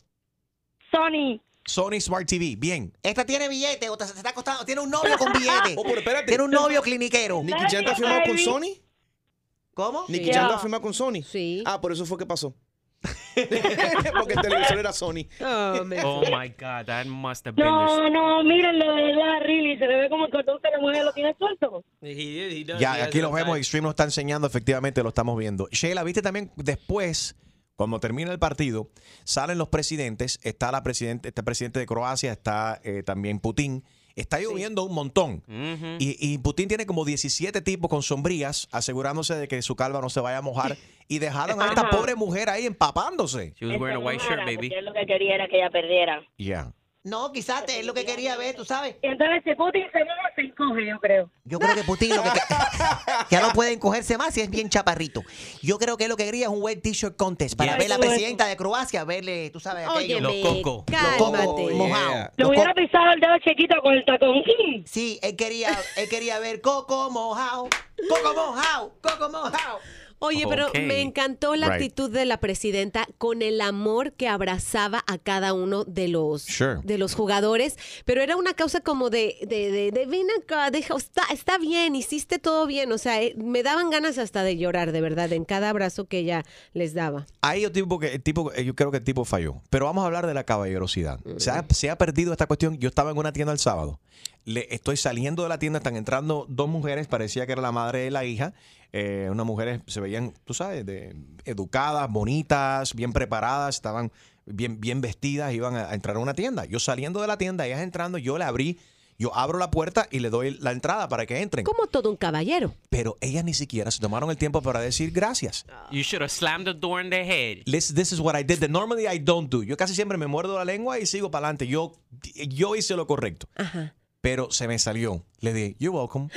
[SPEAKER 24] Sony.
[SPEAKER 4] Sony Smart TV, bien.
[SPEAKER 14] Esta tiene billete, o te- se está costando. Tiene un novio con billete.
[SPEAKER 9] (laughs) Oh, pero espérate.
[SPEAKER 14] Tiene un novio cliniquero.
[SPEAKER 9] ¿Nicky Jan Oh, está firmado con Sony?
[SPEAKER 14] ¿Cómo?
[SPEAKER 9] ¿Nicky Jan está firmado con Sony? Sí. Ah, por eso fue que pasó. Porque el televisor era Sony.
[SPEAKER 7] Oh my God, that must have been the
[SPEAKER 24] No, no, mírenlo, de verdad, really. Se le ve como el cordón se le mueve, lo tiene suelto.
[SPEAKER 4] Ya, aquí lo vemos, Extreme nos está enseñando, efectivamente lo estamos viendo. Sheila, viste también después, cuando termina el partido, salen los presidentes, está la presidente, está el presidente de Croacia, está eh, también Putin. Está lloviendo un montón. y, y Putin tiene como 17 tipos con sombrías asegurándose de que su calva no se vaya a mojar y dejaron a esta
[SPEAKER 24] Ajá.
[SPEAKER 4] pobre mujer ahí empapándose.
[SPEAKER 7] She was wearing a white shirt, baby.
[SPEAKER 24] Yo lo que quería era que ella perdiera.
[SPEAKER 4] Yeah.
[SPEAKER 14] No, quizás te- es lo que quería ver, tú sabes.
[SPEAKER 24] Entonces, si Putin se mueve, se encoge, yo creo.
[SPEAKER 14] Yo creo que Putin lo que (laughs) ya no puede encogerse más si es bien chaparrito. Yo creo que lo que quería es un web t-shirt contest para
[SPEAKER 9] Yes.
[SPEAKER 14] ver la
[SPEAKER 9] Ay, qué
[SPEAKER 14] presidenta de Croacia, verle, tú sabes, aquello.
[SPEAKER 9] Los cocos.
[SPEAKER 14] cocos mojados.
[SPEAKER 24] Le hubiera pisado el dedo chiquito con el tacón.
[SPEAKER 14] Sí, él quería, él quería ver coco mojado, coco mojado, coco mojado.
[SPEAKER 5] Oye, pero
[SPEAKER 14] Ok.
[SPEAKER 5] me encantó la
[SPEAKER 14] Right.
[SPEAKER 5] actitud de la presidenta con el amor que abrazaba a cada uno de los,
[SPEAKER 4] Sure.
[SPEAKER 5] de los jugadores, pero era una causa como de, de, de, de, ven acá, deja, está, está bien, hiciste todo bien, o sea, eh, me daban ganas hasta de llorar, de verdad, en cada abrazo que ella les daba.
[SPEAKER 4] Ahí yo, tipo que, el tipo, eh, yo creo que el tipo falló. Pero vamos a hablar de la caballerosidad.
[SPEAKER 5] Mm.
[SPEAKER 4] Se, ha, se ha perdido esta cuestión. Yo estaba en una tienda el sábado. Le, estoy saliendo de la tienda, están entrando dos mujeres, parecía que era la madre de la hija. Eh, unas mujeres se veían, tú sabes, de- educadas, bonitas, bien preparadas, estaban bien, bien vestidas, iban a, a entrar a una tienda. Yo saliendo de la tienda, ellas entrando, yo le abrí, yo abro la puerta y le doy la entrada para que entren.
[SPEAKER 5] Como todo un caballero.
[SPEAKER 4] Pero ellas ni siquiera se tomaron el tiempo para decir gracias.
[SPEAKER 7] You should have slammed the door in their head.
[SPEAKER 4] This, this is what I did that normally I don't do. Yo casi siempre me muerdo la lengua y sigo para adelante. Yo, yo hice lo correcto. Pero se me salió. Le dije, you're
[SPEAKER 14] (gasps)
[SPEAKER 4] welcome.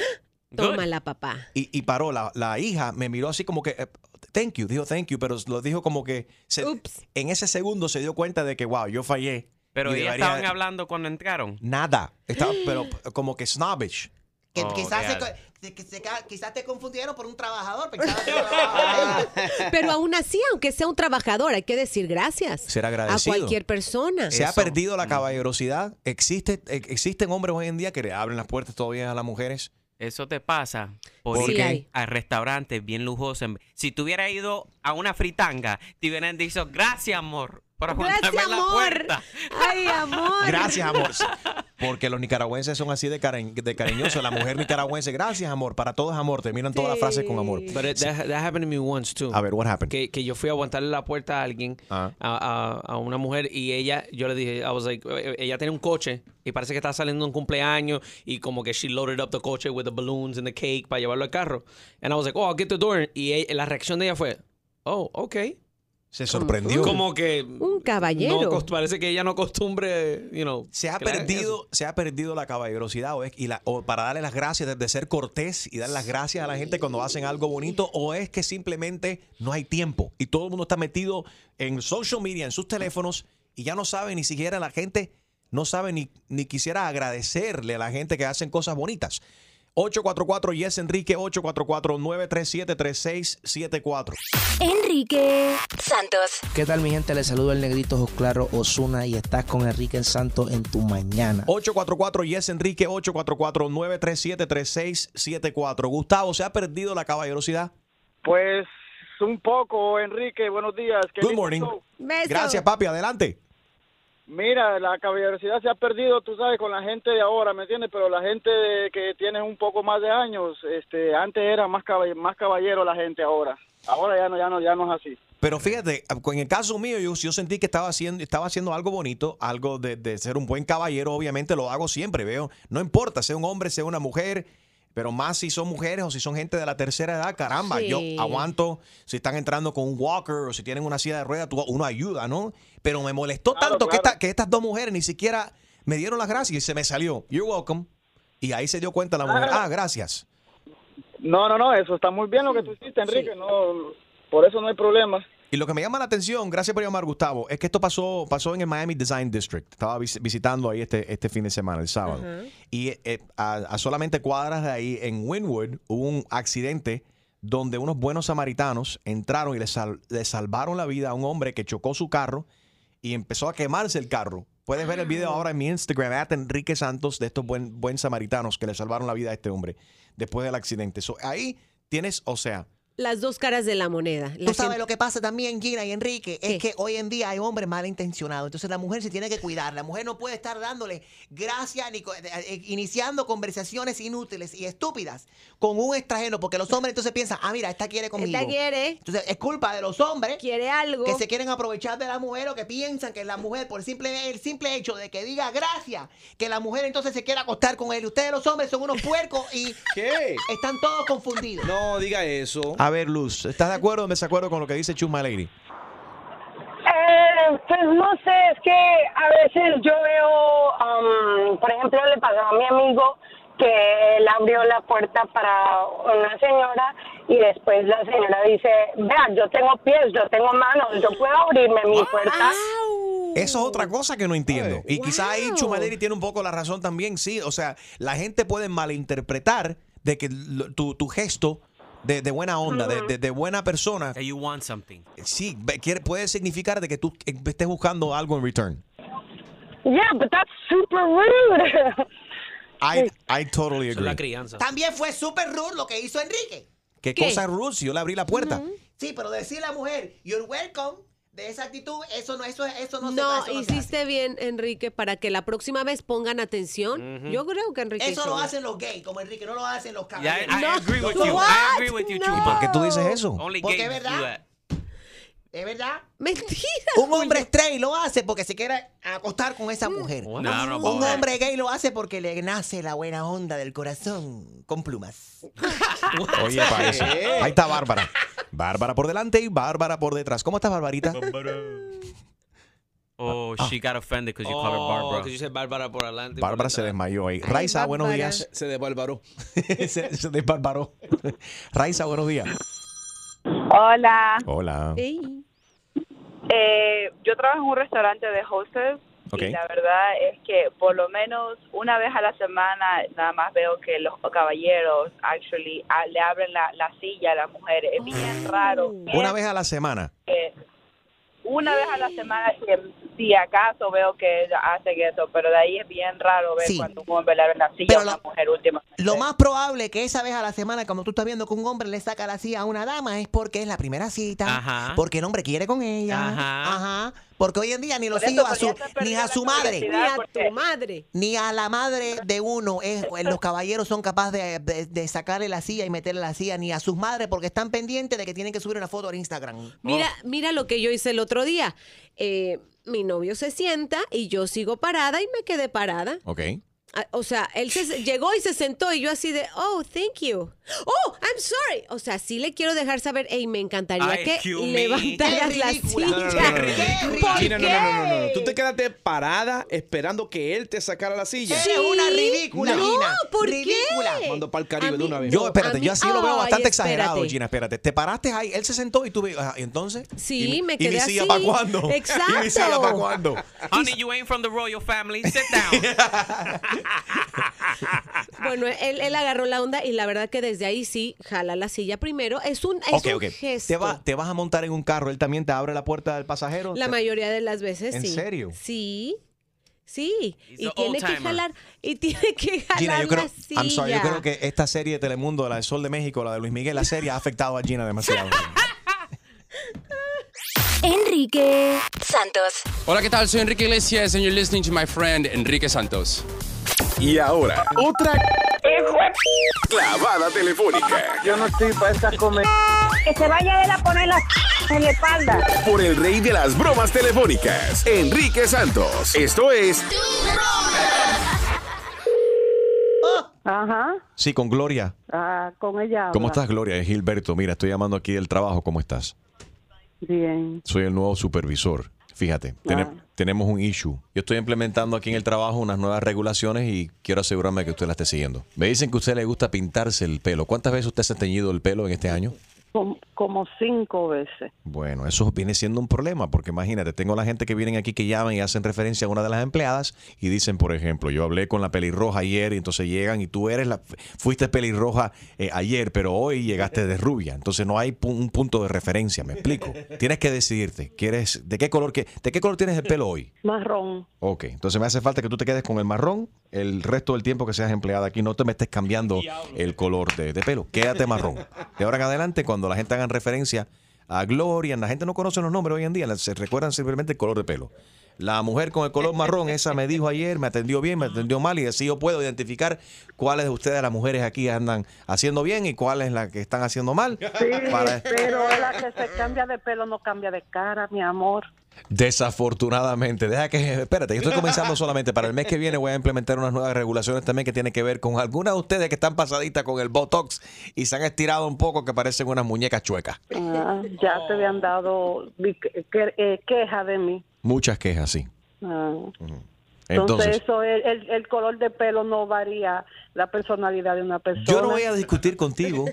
[SPEAKER 5] Tómala, papá.
[SPEAKER 4] Y, y paró. La, la hija me miró así como que, eh, thank you. Dijo thank you, pero lo dijo como que... se- en ese segundo se dio cuenta de que, wow, yo fallé.
[SPEAKER 7] Pero
[SPEAKER 4] Y
[SPEAKER 7] ellas
[SPEAKER 4] debería-
[SPEAKER 7] estaban hablando cuando entraron.
[SPEAKER 4] Nada. Estaba, pero como que snobbish.
[SPEAKER 14] Que
[SPEAKER 7] Oh,
[SPEAKER 14] quizás, se,
[SPEAKER 4] God.
[SPEAKER 14] co- que se ca- quizás te confundieron por un trabajador. pensaba que-
[SPEAKER 5] Pero aún así, aunque sea un trabajador, hay que decir gracias.
[SPEAKER 4] Ser
[SPEAKER 5] A
[SPEAKER 4] agradecido.
[SPEAKER 5] cualquier persona.
[SPEAKER 4] Se ha perdido
[SPEAKER 8] Mm.
[SPEAKER 4] la caballerosidad. Existe, e- existen hombres hoy en día que le abren las puertas todavía a las mujeres.
[SPEAKER 7] Eso te pasa
[SPEAKER 4] ¿Por
[SPEAKER 7] por ir
[SPEAKER 4] qué? Sí.
[SPEAKER 7] a restaurantes bien lujosos. En- Si tú hubieras ido a una fritanga, te hubieran dicho, gracias, amor, por aguantarme
[SPEAKER 5] Gracias,
[SPEAKER 7] la
[SPEAKER 5] amor.
[SPEAKER 7] puerta.
[SPEAKER 5] Ay, amor.
[SPEAKER 4] Gracias, amor.
[SPEAKER 19] (laughs)
[SPEAKER 4] Porque los nicaragüenses son así de, cari- de cariñosos. La mujer nicaragüense, gracias, amor. Para todos, amor. Terminan todas las frases con amor.
[SPEAKER 8] But it- that, that happened to me once too.
[SPEAKER 4] A ver, what happened?
[SPEAKER 8] Que, que yo fui a aguantarle la puerta a alguien,
[SPEAKER 4] Ah.
[SPEAKER 8] a, a- a una mujer, y ella, yo le dije, I was like, eh, ella tiene un coche, y parece que estaba saliendo un cumpleaños, y como que she loaded up the coche with the balloons and the cake para llevarlo al carro. And I was like, oh, I'll get the door. Y e- la reacción de ella fue, oh, okay.
[SPEAKER 4] Se sorprendió.
[SPEAKER 8] Como que... mm,
[SPEAKER 5] Un caballero.
[SPEAKER 8] no acost- parece que ella no acostumbre, you know.
[SPEAKER 4] Se ha
[SPEAKER 8] que le hagan
[SPEAKER 4] perdido, se ha perdido la caballerosidad o, es- y la- o para darle las gracias, de, de ser cortés y dar las gracias a la gente cuando hacen algo bonito, o es que simplemente no hay tiempo y todo el mundo está metido en social media, en sus teléfonos y ya no sabe ni siquiera la gente, no sabe ni, ni quisiera agradecerle a la gente que hacen cosas bonitas. 844 Yes Enrique 844 937 3674.
[SPEAKER 13] Enrique Santos.
[SPEAKER 6] ¿Qué tal mi gente? Les saludo el negrito Jos Claro Osuna y estás con Enrique Santos en tu mañana.
[SPEAKER 4] 844 Yes Enrique 844 937 3674. Gustavo, ¿se ha perdido la caballerosidad?
[SPEAKER 11] Pues un poco, Enrique, buenos días. Qué
[SPEAKER 4] Good
[SPEAKER 11] lindo
[SPEAKER 4] morning.
[SPEAKER 11] show.
[SPEAKER 4] Gracias, papi, adelante.
[SPEAKER 11] Mira, la caballerosidad se ha perdido, tú sabes, con la gente de ahora, ¿me entiendes? Pero la gente de- que tiene un poco más de años, este, antes era más caballero, más caballero la gente ahora. Ahora ya no, ya no, ya no es así.
[SPEAKER 4] Pero fíjate, en el caso mío, yo, yo sentí que estaba haciendo, estaba haciendo algo bonito, algo de, de ser un buen caballero, obviamente lo hago siempre, veo. No importa, sea un hombre, sea una mujer, pero más si son mujeres o si son gente de la tercera edad, caramba,
[SPEAKER 19] Sí.
[SPEAKER 4] yo aguanto. Si están entrando con un walker o si tienen una silla de ruedas, tú- uno ayuda, ¿no? Pero me molestó tanto que, esta- que estas dos mujeres ni siquiera me dieron las gracias y se me salió. You're welcome. Y ahí se dio cuenta la mujer. Ah, gracias.
[SPEAKER 11] No, no, no, eso está muy bien lo que tú hiciste, Enrique. No, por eso no hay problema.
[SPEAKER 4] Y lo que me llama la atención, gracias por llamar Gustavo, es que esto pasó, pasó en el Miami Design District. Estaba vis- visitando ahí este, este fin de semana, el sábado.
[SPEAKER 19] Ujú.
[SPEAKER 4] Y eh, eh, a, a solamente cuadras de ahí, en Wynwood, hubo un accidente donde unos buenos samaritanos entraron y le, sal- le salvaron la vida a un hombre que chocó su carro y empezó a quemarse el carro. Puedes ver el video ahora en mi Instagram, at Enrique Santos, de estos buen, buen samaritanos que le salvaron la vida a este hombre después del accidente. So, ahí tienes, o sea,
[SPEAKER 5] Las dos caras de la moneda. La
[SPEAKER 14] Tú sabes
[SPEAKER 5] gente-
[SPEAKER 14] lo que pasa también, Gina y Enrique, es que hoy en día hay hombres malintencionados. Entonces la mujer se tiene que cuidar. La mujer no puede estar dándole gracias ni co- eh, eh, iniciando conversaciones inútiles y estúpidas con un extranjero, porque los hombres entonces piensan, ah, mira, esta quiere conmigo.
[SPEAKER 5] Esta quiere.
[SPEAKER 14] Entonces es culpa de los hombres.
[SPEAKER 5] Quiere algo.
[SPEAKER 14] Que se quieren aprovechar de la mujer o que piensan que la mujer, por simple, el simple hecho de que diga gracias, que la mujer entonces se quiera acostar con él. Ustedes los hombres son unos puercos y están todos confundidos.
[SPEAKER 9] No diga eso.
[SPEAKER 4] a ver, Luz, ¿estás de acuerdo o desacuerdo con lo que dice Chuma Lady?
[SPEAKER 10] Eh, pues no sé, es que a veces yo veo, um, por ejemplo, le pasó a mi amigo que él abrió la puerta para una señora y después la señora dice, vean, yo tengo pies, yo tengo manos, yo puedo abrirme mi puerta.
[SPEAKER 4] Eso es otra cosa que no entiendo. Y quizá ahí Chumaleri tiene un poco la razón también, sí. O sea, la gente puede malinterpretar de que lo- tu, tu gesto de, de buena onda, de, de- de buena persona,
[SPEAKER 7] You want something.
[SPEAKER 4] sí, ve- quiere- puede significar de que tú estés buscando algo en return.
[SPEAKER 10] Yeah, but that's super rude.
[SPEAKER 4] I, I totally agree.
[SPEAKER 14] También fue súper rude lo que hizo Enrique.
[SPEAKER 4] ¿Qué,
[SPEAKER 14] ¿Qué?
[SPEAKER 4] cosa rude si yo le abrí la puerta?
[SPEAKER 14] Sí, pero decirle a la mujer, you're welcome, de esa actitud, eso no, eso, eso no,
[SPEAKER 5] No,
[SPEAKER 14] se eso no se
[SPEAKER 5] hiciste bien, Enrique, para que la próxima vez pongan atención.
[SPEAKER 14] Ujú.
[SPEAKER 5] Yo creo que Enrique.
[SPEAKER 14] Eso lo
[SPEAKER 5] hizo-
[SPEAKER 14] hacen los gays, como Enrique, no lo hacen los
[SPEAKER 7] Yeah, I,
[SPEAKER 14] caballeros.
[SPEAKER 7] I
[SPEAKER 5] No.
[SPEAKER 7] agree with
[SPEAKER 5] No.
[SPEAKER 7] you. I
[SPEAKER 5] What?
[SPEAKER 7] agree with you,
[SPEAKER 5] No.
[SPEAKER 7] Chupa.
[SPEAKER 4] ¿Y por qué tú dices eso?
[SPEAKER 7] Only
[SPEAKER 14] Porque
[SPEAKER 7] gays
[SPEAKER 14] es
[SPEAKER 7] do
[SPEAKER 14] verdad.
[SPEAKER 7] that.
[SPEAKER 14] ¿Es verdad?
[SPEAKER 5] Mentira.
[SPEAKER 14] Un hombre straight lo hace porque se quiere acostar con esa
[SPEAKER 5] Mm.
[SPEAKER 14] mujer.
[SPEAKER 7] No, no,
[SPEAKER 14] Un
[SPEAKER 7] no.
[SPEAKER 14] hombre gay lo hace porque le nace la buena onda del corazón con plumas.
[SPEAKER 4] Oye, pa' eso. Ahí está Bárbara. Bárbara por delante y Bárbara por detrás. ¿Cómo estás, Barbarita?
[SPEAKER 7] Oh,
[SPEAKER 4] Ah,
[SPEAKER 7] she got offended because you called her
[SPEAKER 8] Oh,
[SPEAKER 7] Barbara.
[SPEAKER 8] que yo hice Bárbara por adelante.
[SPEAKER 4] Bárbara se desmayó ahí.
[SPEAKER 8] Ay,
[SPEAKER 4] Raiza, buenos
[SPEAKER 8] Bárbara.
[SPEAKER 4] días.
[SPEAKER 9] Se desbarbaró.
[SPEAKER 4] (laughs) se, se desbarbaró. Raiza, buenos días.
[SPEAKER 15] Hola.
[SPEAKER 4] Hola.
[SPEAKER 15] Eh, yo trabajo en un restaurante de hostess
[SPEAKER 4] Ok.
[SPEAKER 15] y la verdad es que por lo menos una vez a la semana nada más veo que los caballeros actually ah, le abren la, la silla a las mujeres. Es bien raro.
[SPEAKER 4] Una vez a la semana.
[SPEAKER 15] que una vez a la semana que si acaso veo que hacen eso, pero de ahí es bien raro ver
[SPEAKER 14] Sí.
[SPEAKER 15] cuando un hombre le abre la silla a una mujer última.
[SPEAKER 14] Lo más probable que esa vez a la semana, como tú estás viendo que un hombre le saca la silla a una dama, es porque es la primera cita,
[SPEAKER 15] Ajá.
[SPEAKER 14] porque el hombre quiere con ella,
[SPEAKER 15] Ajá.
[SPEAKER 14] ajá, porque hoy en día ni los
[SPEAKER 15] Por eso,
[SPEAKER 14] hijos a
[SPEAKER 15] pero
[SPEAKER 14] su,
[SPEAKER 15] ya se
[SPEAKER 14] ni
[SPEAKER 15] perdió
[SPEAKER 14] a
[SPEAKER 15] la
[SPEAKER 14] su madre,
[SPEAKER 15] curiosidad, Ni a porque- tu
[SPEAKER 5] madre,
[SPEAKER 14] ni a la madre de uno, es- pues, los caballeros son capaces de, de- de sacarle la silla y meterle la silla, ni a sus madres porque están pendientes de que tienen que subir una foto al Instagram.
[SPEAKER 5] Mira, mira lo que yo hice el otro día. Eh, mi novio se sienta y yo sigo parada y me quedé parada.
[SPEAKER 4] Ok.
[SPEAKER 5] Ah, O sea, él se- llegó y se sentó y yo así de, oh, thank you. Oh, I'm sorry. O sea, sí le quiero dejar saber, hey, me encantaría
[SPEAKER 9] Ay,
[SPEAKER 5] que
[SPEAKER 9] cue me.
[SPEAKER 5] levantaras la
[SPEAKER 9] No,
[SPEAKER 5] silla.
[SPEAKER 9] no, no, no, no, no, no.
[SPEAKER 5] ¿Por
[SPEAKER 9] Gina, no, no, no, no, no. Tú te quedaste parada esperando que él te sacara la silla.
[SPEAKER 5] Sí. Eres una ridícula, No, Gina. ¿por qué? Ridícula.
[SPEAKER 9] Mando para el Caribe de una vez.
[SPEAKER 4] Yo, espérate, yo así lo veo bastante exagerado,
[SPEAKER 5] espérate.
[SPEAKER 4] Gina. Espérate, te paraste ahí, él se sentó y tú ve- ajá, ¿y entonces.
[SPEAKER 5] Sí,
[SPEAKER 4] ¿Y mi-
[SPEAKER 5] me
[SPEAKER 4] ¿Y mi
[SPEAKER 5] quedé
[SPEAKER 4] silla
[SPEAKER 5] así.
[SPEAKER 4] para cuándo? (laughs) ¿Y mi silla
[SPEAKER 5] Exacto.
[SPEAKER 4] para cuándo?
[SPEAKER 7] Honey, you ain't from the royal family. Sit down.
[SPEAKER 5] Bueno, él, él agarró la onda y la verdad que desde ahí sí, jala la silla primero. Es un, es
[SPEAKER 4] Ok,
[SPEAKER 5] un
[SPEAKER 4] ok.
[SPEAKER 5] gesto.
[SPEAKER 4] Te, va- te vas a montar en un carro, él también te abre la puerta del pasajero.
[SPEAKER 5] La
[SPEAKER 4] te-
[SPEAKER 5] mayoría de las veces
[SPEAKER 4] ¿En
[SPEAKER 5] sí.
[SPEAKER 4] serio?
[SPEAKER 5] Sí. Sí.
[SPEAKER 7] He's
[SPEAKER 5] Y
[SPEAKER 7] an
[SPEAKER 5] tiene que
[SPEAKER 7] old-timer.
[SPEAKER 5] jalar, y tiene que jalar
[SPEAKER 4] Gina, yo creo,
[SPEAKER 5] la silla.
[SPEAKER 4] I'm sorry, yo creo que esta serie de Telemundo, la de Sol de México, la de Luis Miguel, la serie ha afectado a Gina
[SPEAKER 5] (laughs)
[SPEAKER 4] demasiado.
[SPEAKER 13] Enrique Santos.
[SPEAKER 17] Hola, ¿qué tal? Soy Enrique Iglesias and you're listening to my friend Enrique Santos.
[SPEAKER 21] Y ahora, otra clavada telefónica
[SPEAKER 11] Yo no estoy para esta comer.
[SPEAKER 10] Que se vaya él a poner la (laughs) en la espalda.
[SPEAKER 21] por el rey de las bromas telefónicas, Enrique Santos. Esto es
[SPEAKER 10] Ajá.
[SPEAKER 4] Sí, con Gloria.
[SPEAKER 10] Ah, con ella.
[SPEAKER 4] Ah. ¿Cómo
[SPEAKER 10] habla.
[SPEAKER 4] estás, Gloria? Es Gilberto. Mira, estoy llamando aquí del trabajo. ¿Cómo estás?
[SPEAKER 10] Bien.
[SPEAKER 4] Soy el nuevo supervisor. Fíjate, tene- tenemos un issue. Yo estoy implementando aquí en el trabajo unas nuevas regulaciones y quiero asegurarme que usted la esté siguiendo. Me dicen que a usted le gusta pintarse el pelo. ¿Cuántas veces usted se ha teñido el pelo en este año?
[SPEAKER 19] Como, como cinco veces.
[SPEAKER 4] Bueno, eso viene siendo un problema, porque imagínate, tengo la gente que vienen aquí que llaman y hacen referencia a una de las empleadas y dicen, por ejemplo, yo hablé con la pelirroja ayer y entonces llegan y tú eres la, fuiste pelirroja eh, ayer, pero hoy llegaste de rubia. Entonces no hay pu- un punto de referencia, me explico. Tienes que decidirte, ¿quieres, de qué color, que, de qué color tienes el pelo hoy?
[SPEAKER 19] Marrón.
[SPEAKER 4] Ok, entonces me hace falta que tú te quedes con el marrón el resto del tiempo que seas empleada aquí. No te me estés cambiando el color de, de pelo. Quédate marrón. De ahora en adelante, cuando la gente haga referencia a Gloria, la gente no conoce los nombres hoy en día, la- se recuerdan simplemente el color de pelo. La mujer con el color marrón, esa me dijo ayer, me atendió bien, me atendió mal y así yo puedo identificar cuáles de ustedes las mujeres aquí andan haciendo bien y cuáles las que están haciendo mal.
[SPEAKER 19] Sí,
[SPEAKER 4] (laughs) Para- este.
[SPEAKER 19] pero la que se cambia de pelo no cambia de cara, mi amor.
[SPEAKER 4] Desafortunadamente, deja que espérate, yo estoy comenzando solamente para el mes que viene voy a implementar unas nuevas regulaciones también que tienen que ver con algunas de ustedes que están pasaditas con el botox y se han estirado un poco que parecen unas muñecas chuecas.
[SPEAKER 19] Ah, ya te habían dado vi- que- eh, queja de mí.
[SPEAKER 4] Muchas quejas, sí.
[SPEAKER 19] Ah. Entonces,
[SPEAKER 4] Entonces,
[SPEAKER 19] eso, el, el- el color de pelo no varía la personalidad de una persona.
[SPEAKER 4] yo no voy a discutir contigo.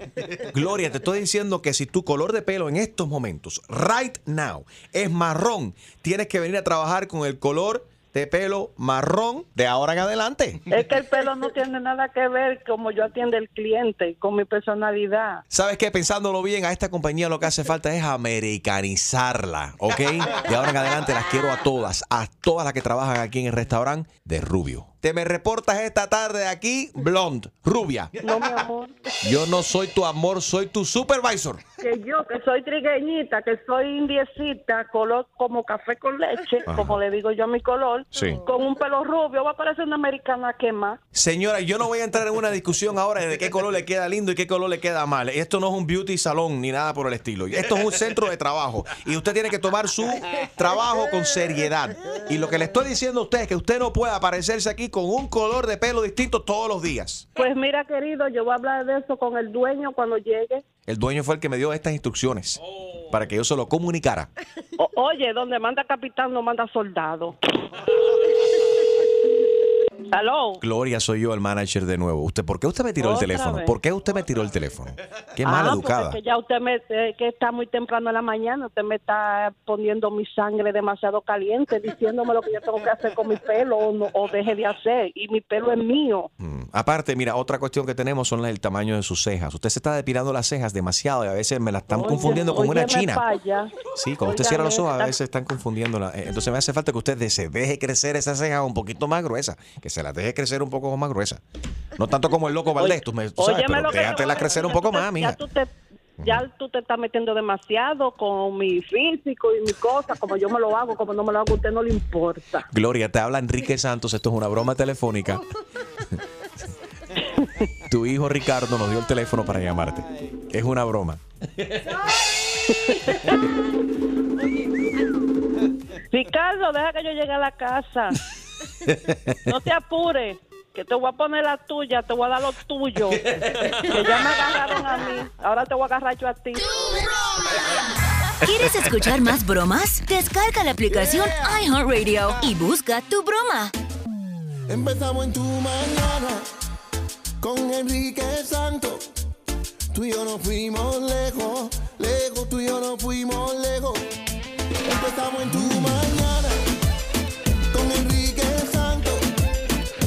[SPEAKER 4] Gloria, te estoy diciendo que si tu color de pelo en estos momentos, right now, es marrón, tienes que venir a trabajar con el color de pelo marrón de ahora en adelante.
[SPEAKER 19] Es que el pelo no tiene nada que ver como yo atiendo el cliente, con mi personalidad.
[SPEAKER 4] ¿Sabes qué? Pensándolo bien, a esta compañía lo que hace falta es americanizarla, ¿ok? De ahora en adelante las quiero a todas, a todas las que trabajan aquí en el restaurante de rubio. Te me reportas esta tarde de aquí, blonde, rubia.
[SPEAKER 19] No, mi amor,
[SPEAKER 4] Yo no soy tu amor, soy tu supervisor.
[SPEAKER 19] que yo, que soy trigueñita, que soy indiecita, color como café con leche,
[SPEAKER 4] Ajá.
[SPEAKER 19] como le digo yo a mi color,
[SPEAKER 4] Sí.
[SPEAKER 19] con un pelo rubio, va a parecer una americana quema.
[SPEAKER 4] Señora, yo no voy a entrar en una discusión ahora de qué color le queda lindo y qué color le queda mal. Esto no es un beauty salón ni nada por el estilo. Esto es un centro de trabajo y usted tiene que tomar su trabajo con seriedad. Y lo que le estoy diciendo a usted es que usted no puede aparecerse aquí con un color de pelo distinto todos los días.
[SPEAKER 19] Pues mira, querido, yo voy a hablar de eso con el dueño cuando llegue.
[SPEAKER 4] El dueño fue el que me dio estas instrucciones para que yo se lo comunicara.
[SPEAKER 19] O- oye, donde manda capitán no manda soldado. ¿Aló?
[SPEAKER 4] Gloria, soy yo el manager de nuevo. ¿Usted por qué usted me tiró el
[SPEAKER 19] Otra
[SPEAKER 4] teléfono?
[SPEAKER 19] vez.
[SPEAKER 4] ¿Por qué usted me tiró el teléfono? Qué
[SPEAKER 19] Ah,
[SPEAKER 4] mal
[SPEAKER 19] porque
[SPEAKER 4] educada.
[SPEAKER 19] es que ya usted me, eh, que está muy temprano en la mañana, usted me está poniendo mi sangre demasiado caliente, diciéndome lo que yo tengo que hacer con mi pelo o, no- o deje de hacer. Y mi pelo es mío.
[SPEAKER 4] Aparte, mira, otra cuestión que tenemos son la- el tamaño de sus cejas. Usted se está depilando las cejas demasiado y a veces me las están confundiendo con una
[SPEAKER 19] Óyeme
[SPEAKER 4] china.
[SPEAKER 19] pa' allá.
[SPEAKER 4] Sí, cuando usted
[SPEAKER 19] Óigame,
[SPEAKER 4] cierra los ojos, a
[SPEAKER 19] está-
[SPEAKER 4] veces están confundiéndola. Eh, Entonces me hace falta que usted de- se deje crecer esas cejas un poquito más gruesas, que se las deje crecer un poco más gruesas. No tanto como el loco Valdés, tú, me, tú sabes,
[SPEAKER 19] Óyeme
[SPEAKER 4] pero
[SPEAKER 19] lo que te voy
[SPEAKER 4] déjatela
[SPEAKER 19] a
[SPEAKER 4] crecer
[SPEAKER 19] decir,
[SPEAKER 4] un poco
[SPEAKER 19] ya
[SPEAKER 4] más,
[SPEAKER 19] tú te-
[SPEAKER 4] mija.
[SPEAKER 19] Ya tú te, ya tú te estás metiendo demasiado con mi físico y mi cosa, como yo me lo hago, como no me lo hago, a usted no le
[SPEAKER 4] (laughs)
[SPEAKER 19] importa.
[SPEAKER 4] Gloria, te habla Enrique Santos, esto es una broma
[SPEAKER 19] (laughs)
[SPEAKER 4] telefónica. tu hijo Ricardo nos dio el teléfono para llamarte. Es una broma.
[SPEAKER 19] Ricardo, deja que yo llegue a la casa.
[SPEAKER 4] (laughs)
[SPEAKER 19] No te apures, que te voy a poner la tuya, te voy a dar lo
[SPEAKER 4] (laughs)
[SPEAKER 19] tuyo. Que ya me agarraron a mí, ahora te voy a agarrar yo a ti.
[SPEAKER 1] ¿Quieres escuchar más bromas? Descarga la aplicación iHeartRadio y busca tu broma.
[SPEAKER 3] Empezamos en tu mañana con Enrique Santos. Tú y yo nos fuimos lejos, lejos, tú y yo nos fuimos lejos. Empezamos en tu mañana con Enrique Santos.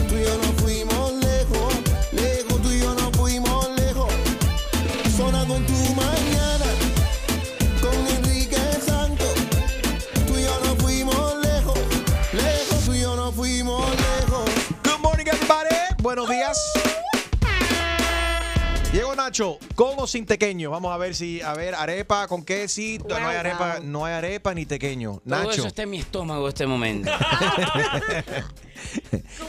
[SPEAKER 3] Tú y yo nos fuimos lejos, lejos, tú y yo nos fuimos lejos. Sonando en tu mañana con Enrique Santos. Tú y yo nos fuimos lejos, lejos, tú y yo nos fuimos lejos.
[SPEAKER 4] Good morning, everybody. Buenos días. Llegó Nacho, con o sin tequeño. Vamos a ver si, a ver, arepa, con qué sí. No hay arepa, no hay arepa ni tequeño.
[SPEAKER 16] Todo
[SPEAKER 4] Nacho,
[SPEAKER 16] eso está en mi estómago este momento. (laughs)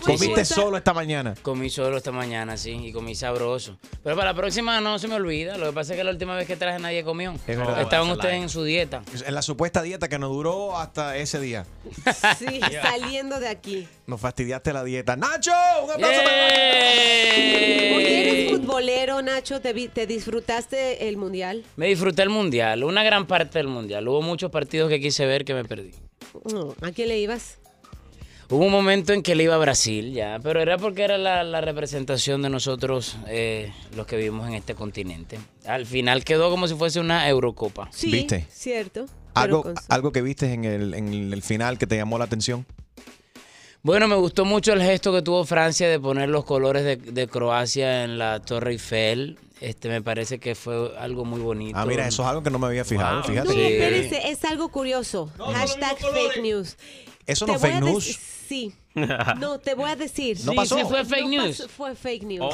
[SPEAKER 4] comiste solo esta mañana.
[SPEAKER 16] Comí solo esta mañana, sí, y comí sabroso. Pero para la próxima no se me olvida. Lo que pasa es que la última vez que traje nadie comió.
[SPEAKER 4] Es verdad.
[SPEAKER 16] Estaban
[SPEAKER 4] That's a
[SPEAKER 16] ustedes
[SPEAKER 4] lie.
[SPEAKER 16] en su dieta.
[SPEAKER 4] En la supuesta dieta que nos duró hasta ese día.
[SPEAKER 7] (laughs)
[SPEAKER 5] Sí, saliendo de aquí.
[SPEAKER 4] Nos fastidiaste la dieta. ¡Nacho! ¡Un aplauso
[SPEAKER 5] Oye, eres futbolero, Nacho. ¿Te, vi- te disfrutaste el mundial?
[SPEAKER 16] Me disfruté el mundial, una gran parte del mundial. Hubo muchos partidos que quise ver que me perdí.
[SPEAKER 5] No, Mm, ¿A quién le ibas?
[SPEAKER 16] Hubo un momento en que él iba a Brasil ya, pero era porque era la, la representación de nosotros, eh, los que vivimos en este continente. Al final quedó como si fuese una Eurocopa.
[SPEAKER 5] Sí,
[SPEAKER 4] ¿Viste?
[SPEAKER 5] cierto. pero
[SPEAKER 4] ¿Algo,
[SPEAKER 5] con-
[SPEAKER 4] algo que viste en el, en el final que te llamó la atención?
[SPEAKER 16] Bueno, me gustó mucho el gesto que tuvo Francia de poner los colores de, de Croacia en la Torre Eiffel. Este, me parece que fue algo muy bonito.
[SPEAKER 4] Ah, mira, eso es algo que no me había fijado,
[SPEAKER 16] Wow.
[SPEAKER 4] fíjate.
[SPEAKER 5] No,
[SPEAKER 16] Sí.
[SPEAKER 5] espérense, es algo curioso. Hashtag fake news.
[SPEAKER 4] Eso no
[SPEAKER 5] Te
[SPEAKER 4] es
[SPEAKER 5] voy
[SPEAKER 4] fake
[SPEAKER 5] a dec-
[SPEAKER 4] news. (laughs)
[SPEAKER 5] Sí. (laughs) No, te voy a decir.
[SPEAKER 4] No Sí, pasó. Oh, sí fue
[SPEAKER 16] fake
[SPEAKER 5] No
[SPEAKER 16] news.
[SPEAKER 5] pasó, fue fake news.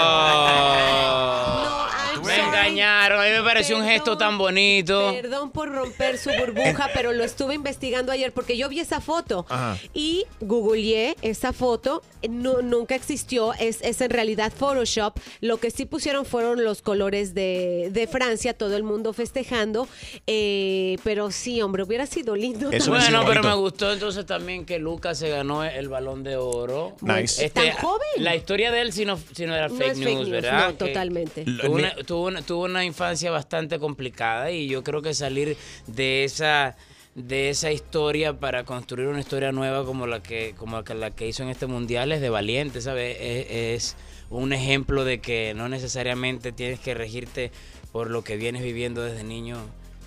[SPEAKER 5] Ah.
[SPEAKER 16] me engañaron, a mí me pareció un gesto tan bonito.
[SPEAKER 5] Perdón por romper su burbuja, pero lo estuve investigando ayer porque yo vi esa foto
[SPEAKER 16] Ajá.
[SPEAKER 5] y googleé esa foto. No, nunca existió, es, es en realidad Photoshop. Lo que sí pusieron fueron los colores de, de Francia, todo el mundo festejando. eh, pero sí, hombre, hubiera sido lindo. también.
[SPEAKER 16] bueno, pero me gustó entonces también que Lucas se ganó el balón de oro.
[SPEAKER 4] Nice.
[SPEAKER 16] Este,
[SPEAKER 5] ¿Tan joven?
[SPEAKER 16] La historia de él si no, si no era
[SPEAKER 5] No
[SPEAKER 16] fake,
[SPEAKER 5] es fake
[SPEAKER 16] news,
[SPEAKER 5] news,
[SPEAKER 16] ¿verdad?
[SPEAKER 5] no,
[SPEAKER 16] Que
[SPEAKER 5] totalmente.
[SPEAKER 16] Tuvo una, tuvo una- tuvo una infancia bastante complicada y yo creo que salir de esa de esa historia para construir una historia nueva como la que como que- la que hizo en este mundial es de valiente, ¿sabes? Es, es un ejemplo de que no necesariamente tienes que regirte por lo que vienes viviendo desde niño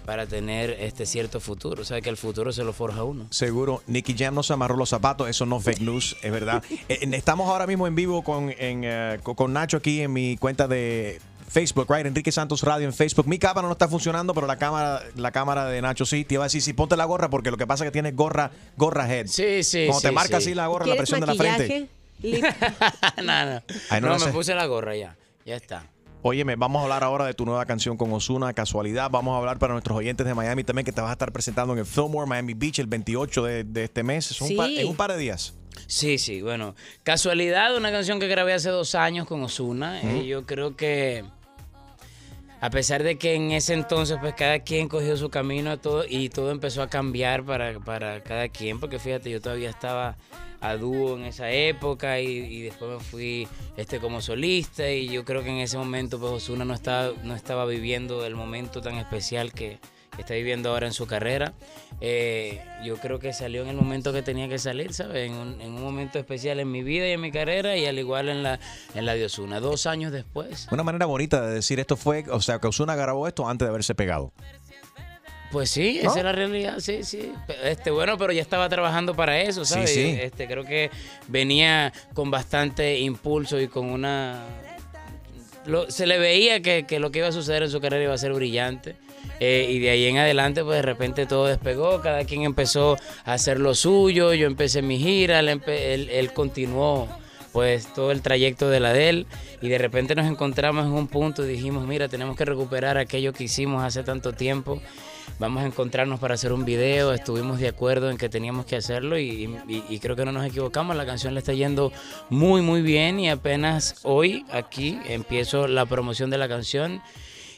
[SPEAKER 16] para tener este cierto futuro, ¿sabes? Que el futuro se lo forja uno.
[SPEAKER 4] Seguro, Nicky Jam no se amarró los zapatos, eso no es fake news, es
[SPEAKER 16] (laughs)
[SPEAKER 4] verdad. Eh, eh, Estamos ahora mismo en vivo con, en, eh, co- con Nacho aquí en mi cuenta de Facebook, right? Enrique Santos Radio en Facebook. Mi cámara no está funcionando, pero la cámara, la cámara de Nacho sí. Te iba a decir, sí, ponte la gorra, porque lo que pasa es que tienes gorra, gorra head.
[SPEAKER 16] Sí, sí,
[SPEAKER 4] Cuando te
[SPEAKER 16] sí,
[SPEAKER 4] marca
[SPEAKER 16] sí.
[SPEAKER 4] así la gorra, la presión de la frente.
[SPEAKER 16] (laughs) no, no.
[SPEAKER 4] Ay, no
[SPEAKER 16] No,
[SPEAKER 4] la
[SPEAKER 16] me
[SPEAKER 4] sé.
[SPEAKER 16] puse la gorra ya. Ya está.
[SPEAKER 4] Óyeme, vamos a hablar ahora de tu nueva canción con Osuna, Casualidad. Vamos a hablar para nuestros oyentes de Miami también, que te vas a estar presentando en el Fillmore Miami Beach el 28 de, de este mes. Es un
[SPEAKER 16] Sí.
[SPEAKER 4] par- en un par de días.
[SPEAKER 16] Sí, sí, bueno. Casualidad, una canción que grabé hace dos años con Osuna.
[SPEAKER 4] Ujú.
[SPEAKER 16] yo creo que, a pesar de que en ese entonces, pues cada quien cogió su camino todo, y todo empezó a cambiar para, para cada quien, porque fíjate, yo todavía estaba a dúo en esa época y, y después me fui este, como solista y yo creo que en ese momento pues Osuna no estaba, no estaba viviendo el momento tan especial que está viviendo ahora en su carrera. Eh, yo creo que salió en el momento que tenía que salir, ¿sabes? En un, en un momento especial en mi vida y en mi carrera y al igual en la, en la de Osuna, dos años después.
[SPEAKER 4] Una manera bonita de decir esto fue, o sea, que Osuna grabó esto antes de haberse pegado.
[SPEAKER 16] Pues sí,
[SPEAKER 4] ¿No?
[SPEAKER 16] esa es la realidad, sí, sí. Este, bueno, pero ya estaba trabajando para eso,
[SPEAKER 4] Sí,
[SPEAKER 16] ¿sabes?
[SPEAKER 4] sí.
[SPEAKER 16] Este, creo que venía con bastante impulso y con una... lo- se le veía que, que lo que iba a suceder en su carrera iba a ser brillante. Eh, y de ahí en adelante, pues de repente todo despegó, cada quien empezó a hacer lo suyo, yo empecé mi gira, él, empe- él- él continuó pues todo el trayecto de la de él y de repente nos encontramos en un punto y dijimos, mira, tenemos que recuperar aquello que hicimos hace tanto tiempo, vamos a encontrarnos para hacer un video, estuvimos de acuerdo en que teníamos que hacerlo y, y- y creo que no nos equivocamos, la canción le está yendo muy muy bien y apenas hoy aquí empiezo la promoción de la canción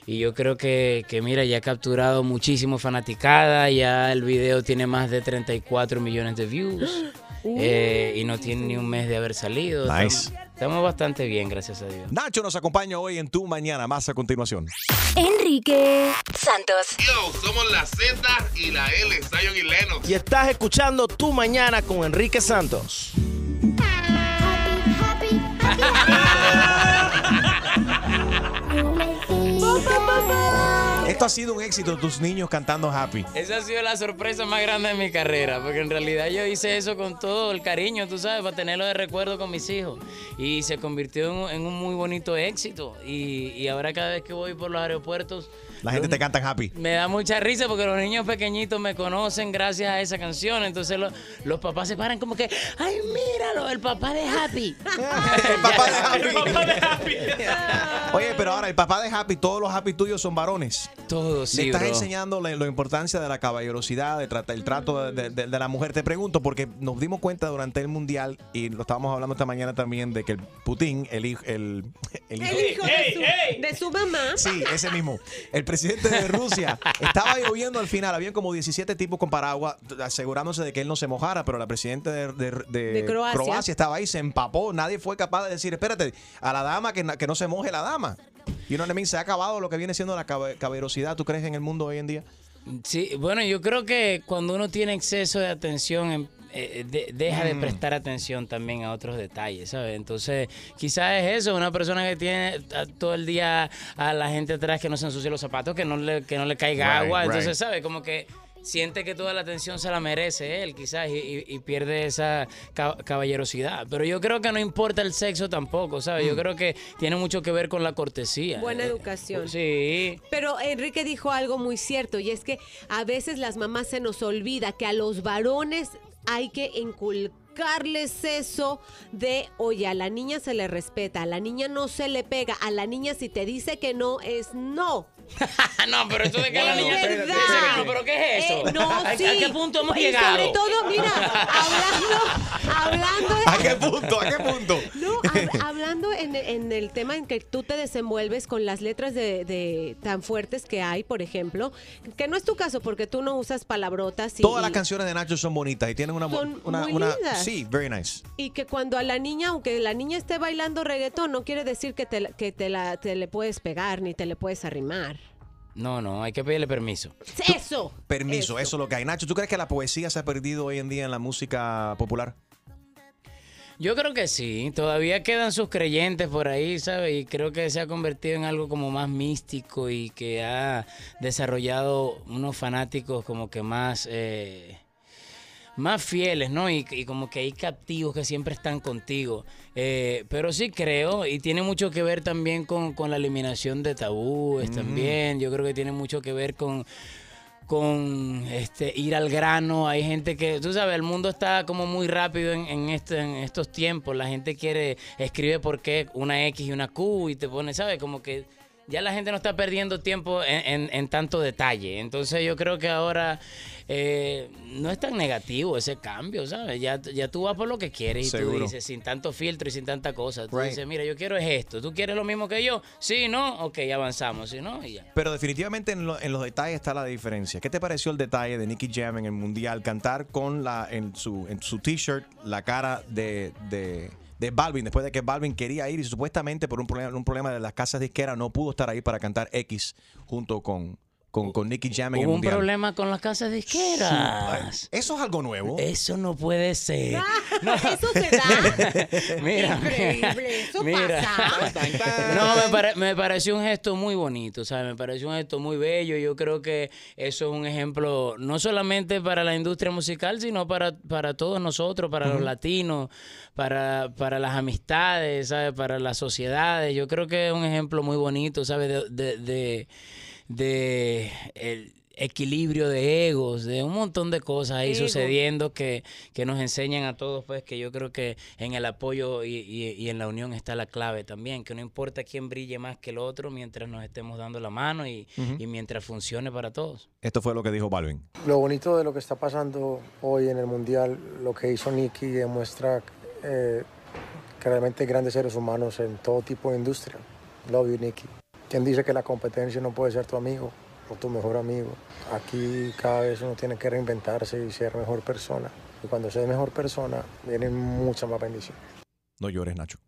[SPEAKER 16] y yo creo que, que mira, ya ha capturado muchísimo fanaticada, ya el video tiene más de 34 millones de views eh, y no tiene ni un mes de haber salido.
[SPEAKER 4] Nice.
[SPEAKER 16] Estamos, estamos bastante bien, gracias a Dios.
[SPEAKER 4] Nacho nos acompaña hoy en Tu Mañana, más a continuación.
[SPEAKER 13] Enrique Santos.
[SPEAKER 26] somos la Z y la L, Zion y Leno.
[SPEAKER 20] Y estás escuchando Tu Mañana con Enrique Santos.
[SPEAKER 4] Esto ha sido un éxito, tus niños cantando happy.
[SPEAKER 16] Esa ha sido la sorpresa más grande de mi carrera, porque en realidad yo hice eso con todo el cariño, tú sabes, para tenerlo de recuerdo con mis hijos. Y se convirtió en un, en un muy bonito éxito. Y, y ahora cada vez que voy por los aeropuertos,
[SPEAKER 4] La gente te canta happy.
[SPEAKER 16] me da mucha risa porque los niños pequeñitos me conocen gracias a esa canción. Entonces lo- los papás se paran como que, ay, míralo, el papá de Happy. el papá de Happy.
[SPEAKER 4] Oye, pero ahora el papá de Happy, todos los Happy tuyos son varones.
[SPEAKER 16] Todos, sí,
[SPEAKER 4] Le estás
[SPEAKER 16] bro.
[SPEAKER 4] enseñando la, la importancia de la caballerosidad, de trata- el trato de, de- de la mujer. Te pregunto, porque nos dimos cuenta durante el mundial y lo estábamos hablando esta mañana también de que el Putin, el hijo. El, el hijo-
[SPEAKER 5] El hijo de, su, de su mamá.
[SPEAKER 4] Sí, ese mismo. El presidente de Rusia estaba lloviendo al final. Habían como 17 tipos con paraguas asegurándose de que él no se mojara, pero la presidenta de, de- de
[SPEAKER 5] De
[SPEAKER 4] Eh,
[SPEAKER 5] Croacia.
[SPEAKER 4] estaba ahí, se empapó. Nadie fue capaz de decir, espérate, a la dama que, na- que no se moje la dama. Y uno se ha acabado lo que viene siendo la cabe- caballerosidad, ¿tú crees, en el mundo hoy en día?
[SPEAKER 16] Sí, bueno, yo creo que cuando uno tiene exceso de atención, em- eh, de- deja de
[SPEAKER 2] Mm.
[SPEAKER 16] prestar atención también a otros detalles, ¿sabes? Entonces, quizás es eso, una persona que tiene a- todo el día a la gente atrás que no se ensucie los zapatos, que no le, que no le caiga
[SPEAKER 2] Right,
[SPEAKER 16] agua, entonces,
[SPEAKER 2] right.
[SPEAKER 16] ¿sabes? Como que siente que toda la atención se la merece él, quizás, y, y- y pierde esa ca- caballerosidad. Pero yo creo que no importa el sexo tampoco, ¿sabes? Yo
[SPEAKER 5] Mm.
[SPEAKER 16] creo que tiene mucho que ver con la cortesía.
[SPEAKER 5] Buena
[SPEAKER 16] Eh,
[SPEAKER 5] educación.
[SPEAKER 16] Sí.
[SPEAKER 5] Pero Enrique dijo algo muy cierto y es que a veces las mamás se nos olvida que a los varones hay que inculcarles eso de, oye, a la niña se le respeta, a la niña no se le pega, a la niña si te dice que no es no.
[SPEAKER 16] No, pero esto de que la niña te dice
[SPEAKER 5] ¿Verdad?
[SPEAKER 16] que no, pero ¿qué es eso?
[SPEAKER 5] Eh, no,
[SPEAKER 16] ¿A,
[SPEAKER 5] sí.
[SPEAKER 16] a qué punto hemos
[SPEAKER 5] Y
[SPEAKER 16] llegado?
[SPEAKER 5] sobre todo, mira, hablando, hablando de...
[SPEAKER 4] ¿A qué punto? ¿A qué punto?
[SPEAKER 5] No, hab- hablando en, en el tema en que tú te desenvuelves con las letras de, de- tan fuertes que hay, por ejemplo, que no es tu caso porque tú no usas palabrotas y,
[SPEAKER 4] Todas las
[SPEAKER 5] y-
[SPEAKER 4] canciones de Nacho son bonitas y tienen una. bo-
[SPEAKER 5] Son
[SPEAKER 4] una,
[SPEAKER 5] muy
[SPEAKER 4] una-
[SPEAKER 5] lindas.
[SPEAKER 4] sí, very nice.
[SPEAKER 5] y que cuando a la niña, aunque la niña esté bailando reggaetón, no quiere decir que te, la- que te, la, te le puedes pegar ni te le puedes arrimar.
[SPEAKER 16] No, no, hay que pedirle permiso.
[SPEAKER 5] Eso.
[SPEAKER 4] Permiso, eso. es lo que hay. Nacho, ¿tú crees que la poesía se ha perdido hoy en día en la música popular?
[SPEAKER 16] Yo creo que sí, todavía quedan sus creyentes por ahí, ¿sabes? Y creo que se ha convertido en algo como más místico y que ha desarrollado unos fanáticos como que más... eh, más fieles, ¿no? Y, y como que hay captivos que siempre están contigo. Eh, pero sí creo, y tiene mucho que ver también con, con la eliminación de tabúes
[SPEAKER 2] Ujú.
[SPEAKER 16] también. Yo creo que tiene mucho que ver con, con este, ir al grano. Hay gente que, tú sabes, el mundo está como muy rápido en, en este- en estos tiempos. La gente quiere, escribe por qué una X y una Q y te pone, ¿sabes? Como que ya la gente no está perdiendo tiempo en, en- en tanto detalle. Entonces yo creo que ahora eh, no es tan negativo ese cambio, ¿sabes? Ya, ya tú vas por lo que quieres y tú
[SPEAKER 2] Seguro.
[SPEAKER 16] dices, sin tanto filtro y sin tanta cosa. Tú
[SPEAKER 4] Right.
[SPEAKER 16] dices, mira, yo quiero es esto. ¿Tú quieres lo mismo que yo? Sí, no, ok, avanzamos. Si no, y ya.
[SPEAKER 4] Pero definitivamente en, lo- en los detalles está la diferencia. ¿Qué te pareció el detalle de Nicky Jam en el Mundial cantar con la en su en su t-shirt la cara de, de, de Balvin después de que Balvin quería ir y supuestamente por un problema, un problema de las casas disqueras no pudo estar ahí para cantar X junto con, con, con Nicky Jam en el
[SPEAKER 16] Hubo un
[SPEAKER 4] Mundial?
[SPEAKER 16] problema con las casas disqueras.
[SPEAKER 4] Eso es algo nuevo.
[SPEAKER 16] Eso no puede ser.
[SPEAKER 5] Ah, (laughs) Eso se da.
[SPEAKER 16] (laughs) Mira,
[SPEAKER 5] Increíble, eso
[SPEAKER 16] mira.
[SPEAKER 5] pasa.
[SPEAKER 16] (laughs) No, me, pare- me pareció un gesto muy bonito, ¿sabes? Me pareció un gesto muy bello. Yo creo que eso es un ejemplo no solamente para la industria musical, sino para, para todos nosotros, para los
[SPEAKER 2] Ujú.
[SPEAKER 16] latinos, para, para las amistades, ¿sabes? Para las sociedades. Yo creo que es un ejemplo muy bonito, ¿sabes? De, de, de, de el equilibrio de egos, de un montón de cosas ahí
[SPEAKER 2] Ego.
[SPEAKER 16] sucediendo que, que nos enseñan a todos, pues que yo creo que en el apoyo y, y- y en la unión está la clave también, que no importa quién brille más que el otro mientras nos estemos dando la mano y,
[SPEAKER 4] Ujú.
[SPEAKER 16] y mientras funcione para todos.
[SPEAKER 4] Esto fue lo que dijo Balvin.
[SPEAKER 22] Lo bonito de lo que está pasando hoy en el Mundial, lo que hizo Nicky demuestra eh, que realmente hay grandes seres humanos en todo tipo de industria. Love you, Nicky. ¿Quién dice que la competencia no puede ser tu amigo o tu mejor amigo? Aquí cada vez uno tiene que reinventarse y ser mejor persona. Y cuando seas mejor persona, vienen muchas más bendiciones.
[SPEAKER 4] No llores, Nacho.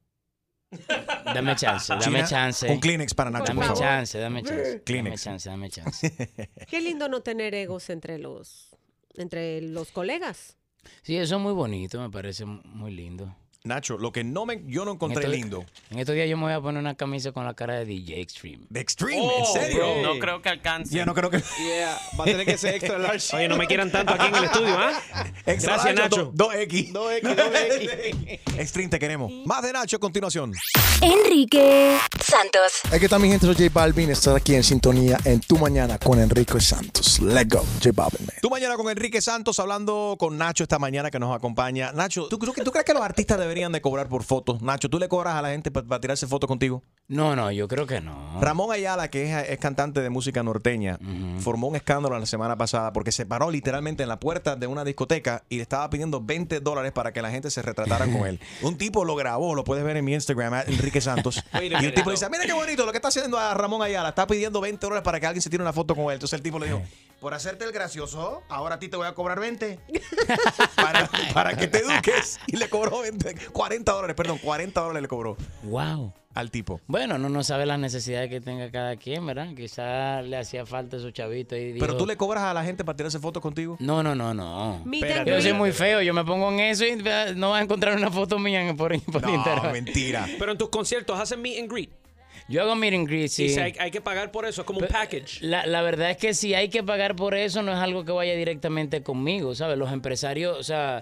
[SPEAKER 16] Dame chance, dame
[SPEAKER 4] Ah, China,
[SPEAKER 16] chance.
[SPEAKER 4] Un Kleenex para Nacho.
[SPEAKER 16] Dame
[SPEAKER 4] por favor.
[SPEAKER 16] chance, dame chance. Dame
[SPEAKER 4] Kleenex.
[SPEAKER 16] chance, dame chance.
[SPEAKER 4] (laughs)
[SPEAKER 5] Qué lindo no tener egos entre los, entre los colegas.
[SPEAKER 16] Sí, eso es muy bonito, me parece muy lindo.
[SPEAKER 4] Nacho, lo que no me, yo no encontré
[SPEAKER 16] estos-
[SPEAKER 4] lindo.
[SPEAKER 16] En estos días yo me voy a poner una camisa con la cara de DJ Extreme.
[SPEAKER 4] ¿De Extreme?
[SPEAKER 9] Oh,
[SPEAKER 4] ¿En serio?
[SPEAKER 7] Oh, No creo que alcance.
[SPEAKER 4] Yo no creo que.
[SPEAKER 7] Yeah,
[SPEAKER 9] va a tener que ser extra large. (laughs) Oye, no me quieran tanto aquí en el estudio, ¿ah?
[SPEAKER 4] (laughs) Extra
[SPEAKER 9] Gracias,
[SPEAKER 4] large,
[SPEAKER 9] Nacho.
[SPEAKER 4] do- 2X.
[SPEAKER 9] 2X,
[SPEAKER 4] (laughs) Extreme, te queremos. Más de Nacho a continuación.
[SPEAKER 13] Enrique Santos.
[SPEAKER 22] Hey, ¿qué tal mi gente? Soy J Balvin, estar aquí en sintonía en Tu Mañana con Enrique Santos. Let's go, J Balvin, man.
[SPEAKER 4] Tú mañana con Enrique Santos hablando con Nacho esta mañana que nos acompaña. Nacho, ¿tú, tú- tú crees que los artistas deberían de cobrar por fotos? Nacho, ¿tú le cobras a la gente para tirarse fotos contigo?
[SPEAKER 16] No, no, yo creo que no.
[SPEAKER 4] Ramón Ayala, que es, es cantante de música norteña, formó un escándalo la semana pasada porque se paró literalmente en la puerta de una discoteca y le estaba pidiendo 20 dólares para que la gente se retratara con
[SPEAKER 16] (laughs)
[SPEAKER 4] él. Un tipo lo grabó, lo puedes ver en mi Instagram, at Enrique
[SPEAKER 16] (laughs)
[SPEAKER 4] Santos.
[SPEAKER 9] Wait a
[SPEAKER 4] y
[SPEAKER 9] minute,
[SPEAKER 4] el tipo
[SPEAKER 9] no.
[SPEAKER 4] dice, "Ah, mira qué bonito lo que está haciendo a Ramón Ayala. Está pidiendo 20 dólares para que alguien se tire una foto con él. Entonces el tipo le dijo, por hacerte el gracioso, ahora a ti te voy a cobrar 20.
[SPEAKER 16] (laughs)
[SPEAKER 4] para, para que te eduques. Y le cobró 20, 40 dólares, perdón, 40 dólares le cobró.
[SPEAKER 16] Wow.
[SPEAKER 4] al tipo?
[SPEAKER 16] Bueno, no, no sabe las necesidades que tenga cada quien, ¿verdad? Quizá le hacía falta su chavito y
[SPEAKER 4] Pero
[SPEAKER 16] dijo,
[SPEAKER 4] tú le cobras a la gente para tirarse fotos contigo.
[SPEAKER 16] No, no, no, no.
[SPEAKER 4] Meet and
[SPEAKER 16] Yo soy
[SPEAKER 4] greet.
[SPEAKER 16] muy feo, yo me pongo en eso y eh, no vas a encontrar una foto mía en- por, por (laughs)
[SPEAKER 8] No,
[SPEAKER 16] internet.
[SPEAKER 4] mentira.
[SPEAKER 8] Pero en tus conciertos hacen meet and greet.
[SPEAKER 16] Yo hago meet and greet, sí.
[SPEAKER 8] Y si hay, hay que pagar por eso, es como un package.
[SPEAKER 16] La, la verdad es que si hay que pagar por eso, no es algo que vaya directamente conmigo, ¿sabes? Los empresarios, o sea,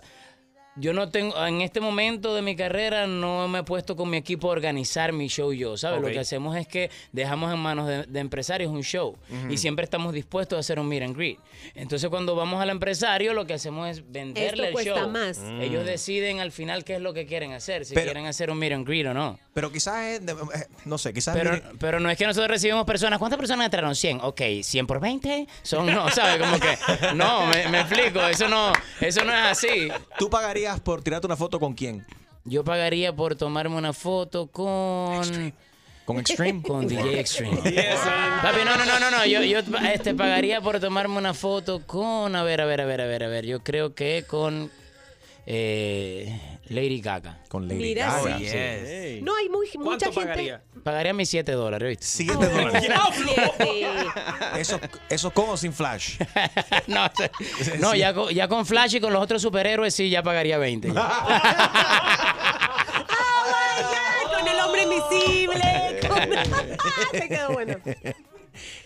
[SPEAKER 16] yo no tengo, en este momento de mi carrera no me he puesto con mi equipo a organizar mi show yo, ¿sabes?
[SPEAKER 2] Ok.
[SPEAKER 16] Lo que hacemos es que dejamos en manos de, de empresarios un show
[SPEAKER 2] Ujú.
[SPEAKER 16] y siempre estamos dispuestos a hacer un meet and greet. Entonces cuando vamos al empresario, lo que hacemos es venderle
[SPEAKER 5] Esto
[SPEAKER 16] el
[SPEAKER 5] cuesta
[SPEAKER 16] show.
[SPEAKER 5] más.
[SPEAKER 9] Mm.
[SPEAKER 16] Ellos deciden al final qué es lo que quieren hacer, si
[SPEAKER 4] Pero-
[SPEAKER 16] quieren hacer un meet and greet o no.
[SPEAKER 4] Pero quizás es, de- eh, no sé, quizás
[SPEAKER 16] Pero,
[SPEAKER 4] mire-
[SPEAKER 16] pero no es que nosotros recibimos personas. ¿Cuántas personas entraron? 100. Ok, 100 por 20 son, no, ¿sabes? Como que, no, me, me explico. Eso no, eso no es así.
[SPEAKER 4] ¿Tú pagarías por tirarte una foto con (laughs) quién?
[SPEAKER 16] Yo pagaría por tomarme una foto con.
[SPEAKER 4] ¿Con Extreme?
[SPEAKER 16] Con
[SPEAKER 4] (laughs)
[SPEAKER 16] DJ Extreme. Papi, no, no, no, no, no. Yo, yo este, pagaría por tomarme una foto con. A ver, a ver, a ver, a ver, a ver. Yo creo que con. eh, Lady Gaga.
[SPEAKER 4] Con
[SPEAKER 5] Lady Mira, Gaga. sí. No, hay muy, mucha gente.
[SPEAKER 7] (laughs)
[SPEAKER 16] Pagaría mis 7 dólares, ¿viste?
[SPEAKER 4] 7 dólares.
[SPEAKER 16] (laughs)
[SPEAKER 5] Siete.
[SPEAKER 4] Eso, eso con o sin flash.
[SPEAKER 16] (laughs) no, se- no, ya, con, ya con Flash y con los otros superhéroes sí, ya pagaría (laughs) 20. ya.
[SPEAKER 5] Con el hombre invisible. con- Se quedó bueno.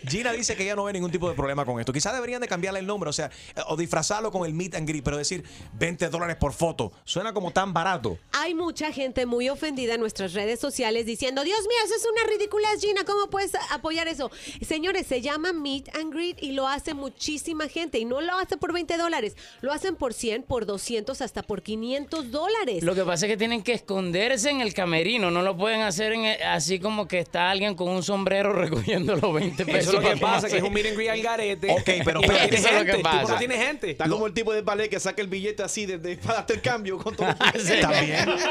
[SPEAKER 4] Gina dice que ella no ve ningún tipo de problema con esto. Quizás deberían de cambiarle el nombre, o sea, eh, o disfrazarlo con el meet and greet, pero decir 20 dólares por foto. Suena como tan barato.
[SPEAKER 5] Hay mucha gente muy ofendida en nuestras redes sociales diciendo, Dios mío, eso es una ridícula, Gina, ¿cómo puedes apoyar eso? Señores, se llama Meet and Greet y lo hace muchísima gente y no lo hace por 20 dólares, lo hacen por 100, por 200, hasta por 500 dólares.
[SPEAKER 16] Lo que pasa es que tienen que esconderse en el camerino, no lo pueden hacer en el- así como que está alguien con un sombrero (laughs) recogiendo los 20
[SPEAKER 8] Eso
[SPEAKER 16] pesos.
[SPEAKER 8] es lo que
[SPEAKER 16] para
[SPEAKER 8] pasa,
[SPEAKER 16] tomarse.
[SPEAKER 8] que es
[SPEAKER 16] (laughs)
[SPEAKER 8] un meet and greet al garete.
[SPEAKER 16] Ok, pero- pero-
[SPEAKER 8] Y no tiene
[SPEAKER 16] Eso es lo
[SPEAKER 8] gente,
[SPEAKER 16] que
[SPEAKER 8] el tipo
[SPEAKER 16] pasa.
[SPEAKER 8] no tiene gente.
[SPEAKER 9] Está como el tipo de ballet que saca el billete así de, de- para darte el cambio con
[SPEAKER 4] (laughs)
[SPEAKER 9] todo.
[SPEAKER 16] Ah, Sí.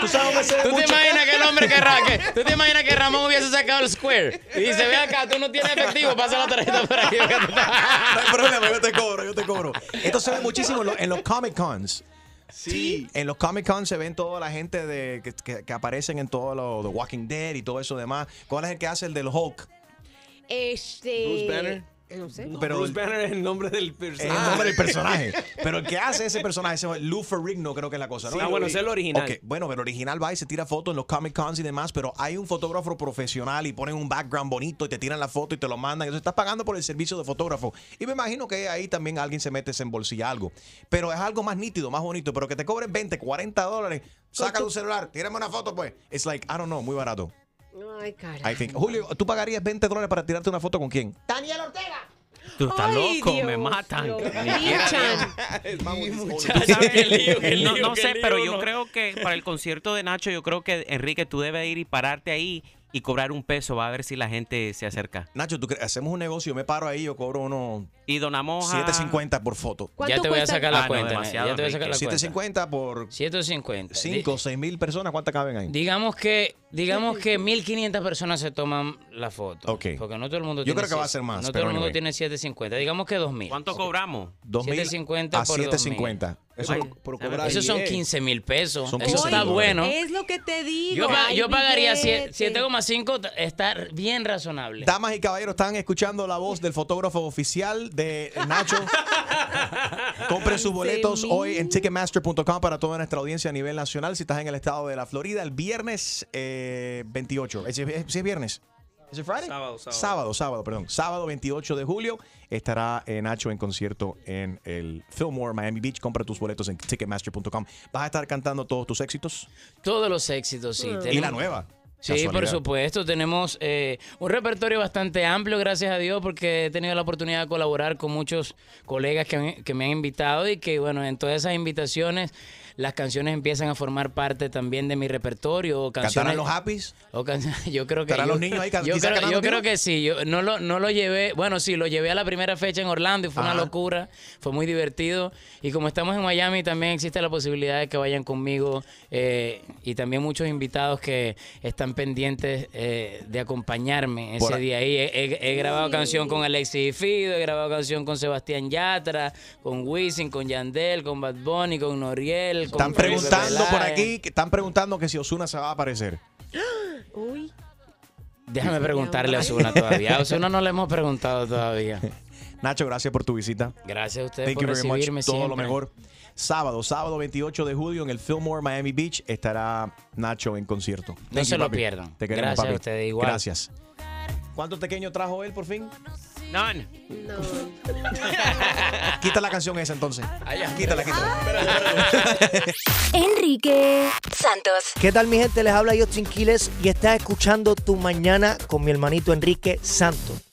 [SPEAKER 9] Tú sabes dónde se ve
[SPEAKER 16] ¿Tú te
[SPEAKER 9] mucho?
[SPEAKER 16] imaginas que el hombre que, Ra- que- ¿Tú te imaginas que Ramón hubiese sacado el square? Y dice, ve acá, tú no tienes efectivo, pasa la tarjeta por aquí.
[SPEAKER 4] No hay problema, yo te cobro, yo te cobro. Esto se ve muchísimo en, lo- en los Comic Cons. Sí. En los Comic Cons se ven toda la gente de, que, que- que aparecen en todo lo de Walking Dead y todo eso demás. ¿Cuál es el que hace el del Hulk?
[SPEAKER 5] Este...
[SPEAKER 8] Bruce Banner.
[SPEAKER 5] No sé.
[SPEAKER 4] Pero
[SPEAKER 8] Bruce
[SPEAKER 4] el,
[SPEAKER 8] Banner es el nombre del
[SPEAKER 4] es
[SPEAKER 8] personaje.
[SPEAKER 4] el nombre del
[SPEAKER 8] (laughs)
[SPEAKER 4] personaje. Pero el que hace ese personaje ese es Lou Ferrigno, creo que es la cosa. ¿no?
[SPEAKER 8] Sí, ah, bueno, ese es el original.
[SPEAKER 4] Ok, bueno, pero el original va y se tira fotos en los Comic Cons y demás, pero hay un fotógrafo profesional y ponen un background bonito y te tiran la foto y te lo mandan. Entonces estás pagando por el servicio de fotógrafo. Y me imagino que ahí también alguien se mete, se embolsilla algo. Pero es algo más nítido, más bonito, pero que te cobren 20, 40 dólares. Saca tu celular, tírame una foto, pues. It's like, I don't know, muy barato.
[SPEAKER 5] Ay, cara.
[SPEAKER 4] I think. Julio, ¿tú pagarías 20 dólares para tirarte una foto con quién?
[SPEAKER 14] Daniel Ortega.
[SPEAKER 7] Tú estás
[SPEAKER 14] Ay,
[SPEAKER 7] loco,
[SPEAKER 14] Dios,
[SPEAKER 7] me matan.
[SPEAKER 14] Dios.
[SPEAKER 7] Ni siquiera
[SPEAKER 14] Chan.
[SPEAKER 9] (laughs)
[SPEAKER 7] no, no sé, pero yo creo que para el concierto de Nacho, yo creo que Enrique, tú debes ir y pararte ahí y cobrar un peso, va a ver si la gente se acerca.
[SPEAKER 4] Nacho, tú cre- hacemos un negocio, yo me paro ahí, yo cobro unos
[SPEAKER 7] Y donamos a...
[SPEAKER 4] 7.50 por foto.
[SPEAKER 7] ¿Cuánto te voy a cuesta? sacar la cuenta,
[SPEAKER 16] ya te voy a sacar la cuenta.
[SPEAKER 4] 7.50 por
[SPEAKER 16] 150.
[SPEAKER 4] 5 o 6 mil personas, ¿cuántas caben ahí?
[SPEAKER 16] Digamos que, digamos que 1500 personas se toman la foto.
[SPEAKER 4] Ok.
[SPEAKER 16] Porque no todo el mundo
[SPEAKER 4] Yo
[SPEAKER 16] tiene
[SPEAKER 4] creo que va a
[SPEAKER 16] siete-
[SPEAKER 4] ser más,
[SPEAKER 16] No todo
[SPEAKER 4] pero
[SPEAKER 16] el mundo
[SPEAKER 4] anyway.
[SPEAKER 16] tiene 750. Digamos que 2000.
[SPEAKER 7] ¿Cuánto cobramos?
[SPEAKER 4] 2,000
[SPEAKER 16] 750
[SPEAKER 4] a
[SPEAKER 16] por
[SPEAKER 4] 750. Eso
[SPEAKER 16] Ay,
[SPEAKER 4] por- por cobrar
[SPEAKER 16] Esos son
[SPEAKER 4] diez.
[SPEAKER 16] 15 mil pesos.
[SPEAKER 4] Son
[SPEAKER 16] Eso
[SPEAKER 4] 15,000
[SPEAKER 16] está
[SPEAKER 4] dólares.
[SPEAKER 16] bueno.
[SPEAKER 5] Es lo que te digo.
[SPEAKER 16] Yo, pa-
[SPEAKER 5] Ay,
[SPEAKER 16] yo pagaría
[SPEAKER 5] billete.
[SPEAKER 16] 7,5. Está bien razonable.
[SPEAKER 4] Damas y caballeros, están escuchando la voz del fotógrafo oficial de Nacho. Compren sus boletos hoy en Ticketmaster.com para toda nuestra audiencia a nivel nacional. Si estás en el estado de la Florida, el viernes eh, 28. ¿Es, es- sí es viernes? ¿Es Friday?
[SPEAKER 8] Sábado, sábado.
[SPEAKER 4] Sábado, sábado, perdón. Sábado 28 de julio estará eh, Nacho en concierto en el Fillmore Miami Beach. Compra tus boletos en Ticketmaster.com. ¿Vas a estar cantando todos tus éxitos?
[SPEAKER 16] Todos los éxitos, sí.
[SPEAKER 4] Y
[SPEAKER 16] Tenemos-
[SPEAKER 4] la nueva.
[SPEAKER 16] Sí, por
[SPEAKER 4] Casualidad.
[SPEAKER 16] supuesto. Tenemos eh, un repertorio bastante amplio, gracias a Dios, porque he tenido la oportunidad de colaborar con muchos colegas que, han- que me han invitado y que, bueno, en todas esas invitaciones las canciones empiezan a formar parte también de mi repertorio. o
[SPEAKER 4] ¿Cantarán
[SPEAKER 16] Canciones,
[SPEAKER 4] los Happys?
[SPEAKER 16] o can- (laughs) yo creo que
[SPEAKER 4] ¿Estarán
[SPEAKER 16] yo-
[SPEAKER 4] los niños ahí can-
[SPEAKER 16] yo
[SPEAKER 4] quizás
[SPEAKER 16] creo,
[SPEAKER 4] cantando
[SPEAKER 16] yo creo
[SPEAKER 4] niños?
[SPEAKER 16] que sí yo no lo no lo llevé bueno sí lo llevé a la primera fecha en Orlando y fue una
[SPEAKER 4] Ajá.
[SPEAKER 16] locura fue muy divertido y como estamos en Miami también existe la posibilidad de que vayan conmigo eh, y también muchos invitados que están pendientes eh, de acompañarme ese
[SPEAKER 2] Por-
[SPEAKER 16] día ahí he, he- he grabado canción con Alexis y Fido he grabado canción con Sebastián Yatra con Wisin con Yandel con Bad Bunny con Noriel con
[SPEAKER 4] Están
[SPEAKER 16] Chris
[SPEAKER 4] preguntando por
[SPEAKER 16] Peláez.
[SPEAKER 4] aquí, que están preguntando que si Osuna se va a aparecer.
[SPEAKER 16] Déjame preguntarle a Osuna todavía. A Osuna no le hemos preguntado todavía.
[SPEAKER 4] (laughs) Nacho, gracias por tu visita.
[SPEAKER 16] Gracias a ustedes
[SPEAKER 4] Thank
[SPEAKER 16] por
[SPEAKER 4] you very
[SPEAKER 16] recibirme
[SPEAKER 4] much. Todo lo
[SPEAKER 16] siempre.
[SPEAKER 4] mejor. Sábado, sábado 28 de julio en el Fillmore Miami Beach estará Nacho en concierto.
[SPEAKER 16] No se lo pierdan.
[SPEAKER 4] Te queremos,
[SPEAKER 16] Gracias a
[SPEAKER 4] papi.
[SPEAKER 16] ustedes, igual.
[SPEAKER 4] Gracias. ¿Cuántos pequeños trajo él por fin?
[SPEAKER 8] None.
[SPEAKER 4] Quita la canción esa entonces. Quítala, quítala.
[SPEAKER 16] Ah.
[SPEAKER 27] Enrique Santos.
[SPEAKER 13] ¿Qué tal mi gente? Les habla Justin Quiles y estás escuchando Tu Mañana con mi hermanito Enrique Santos.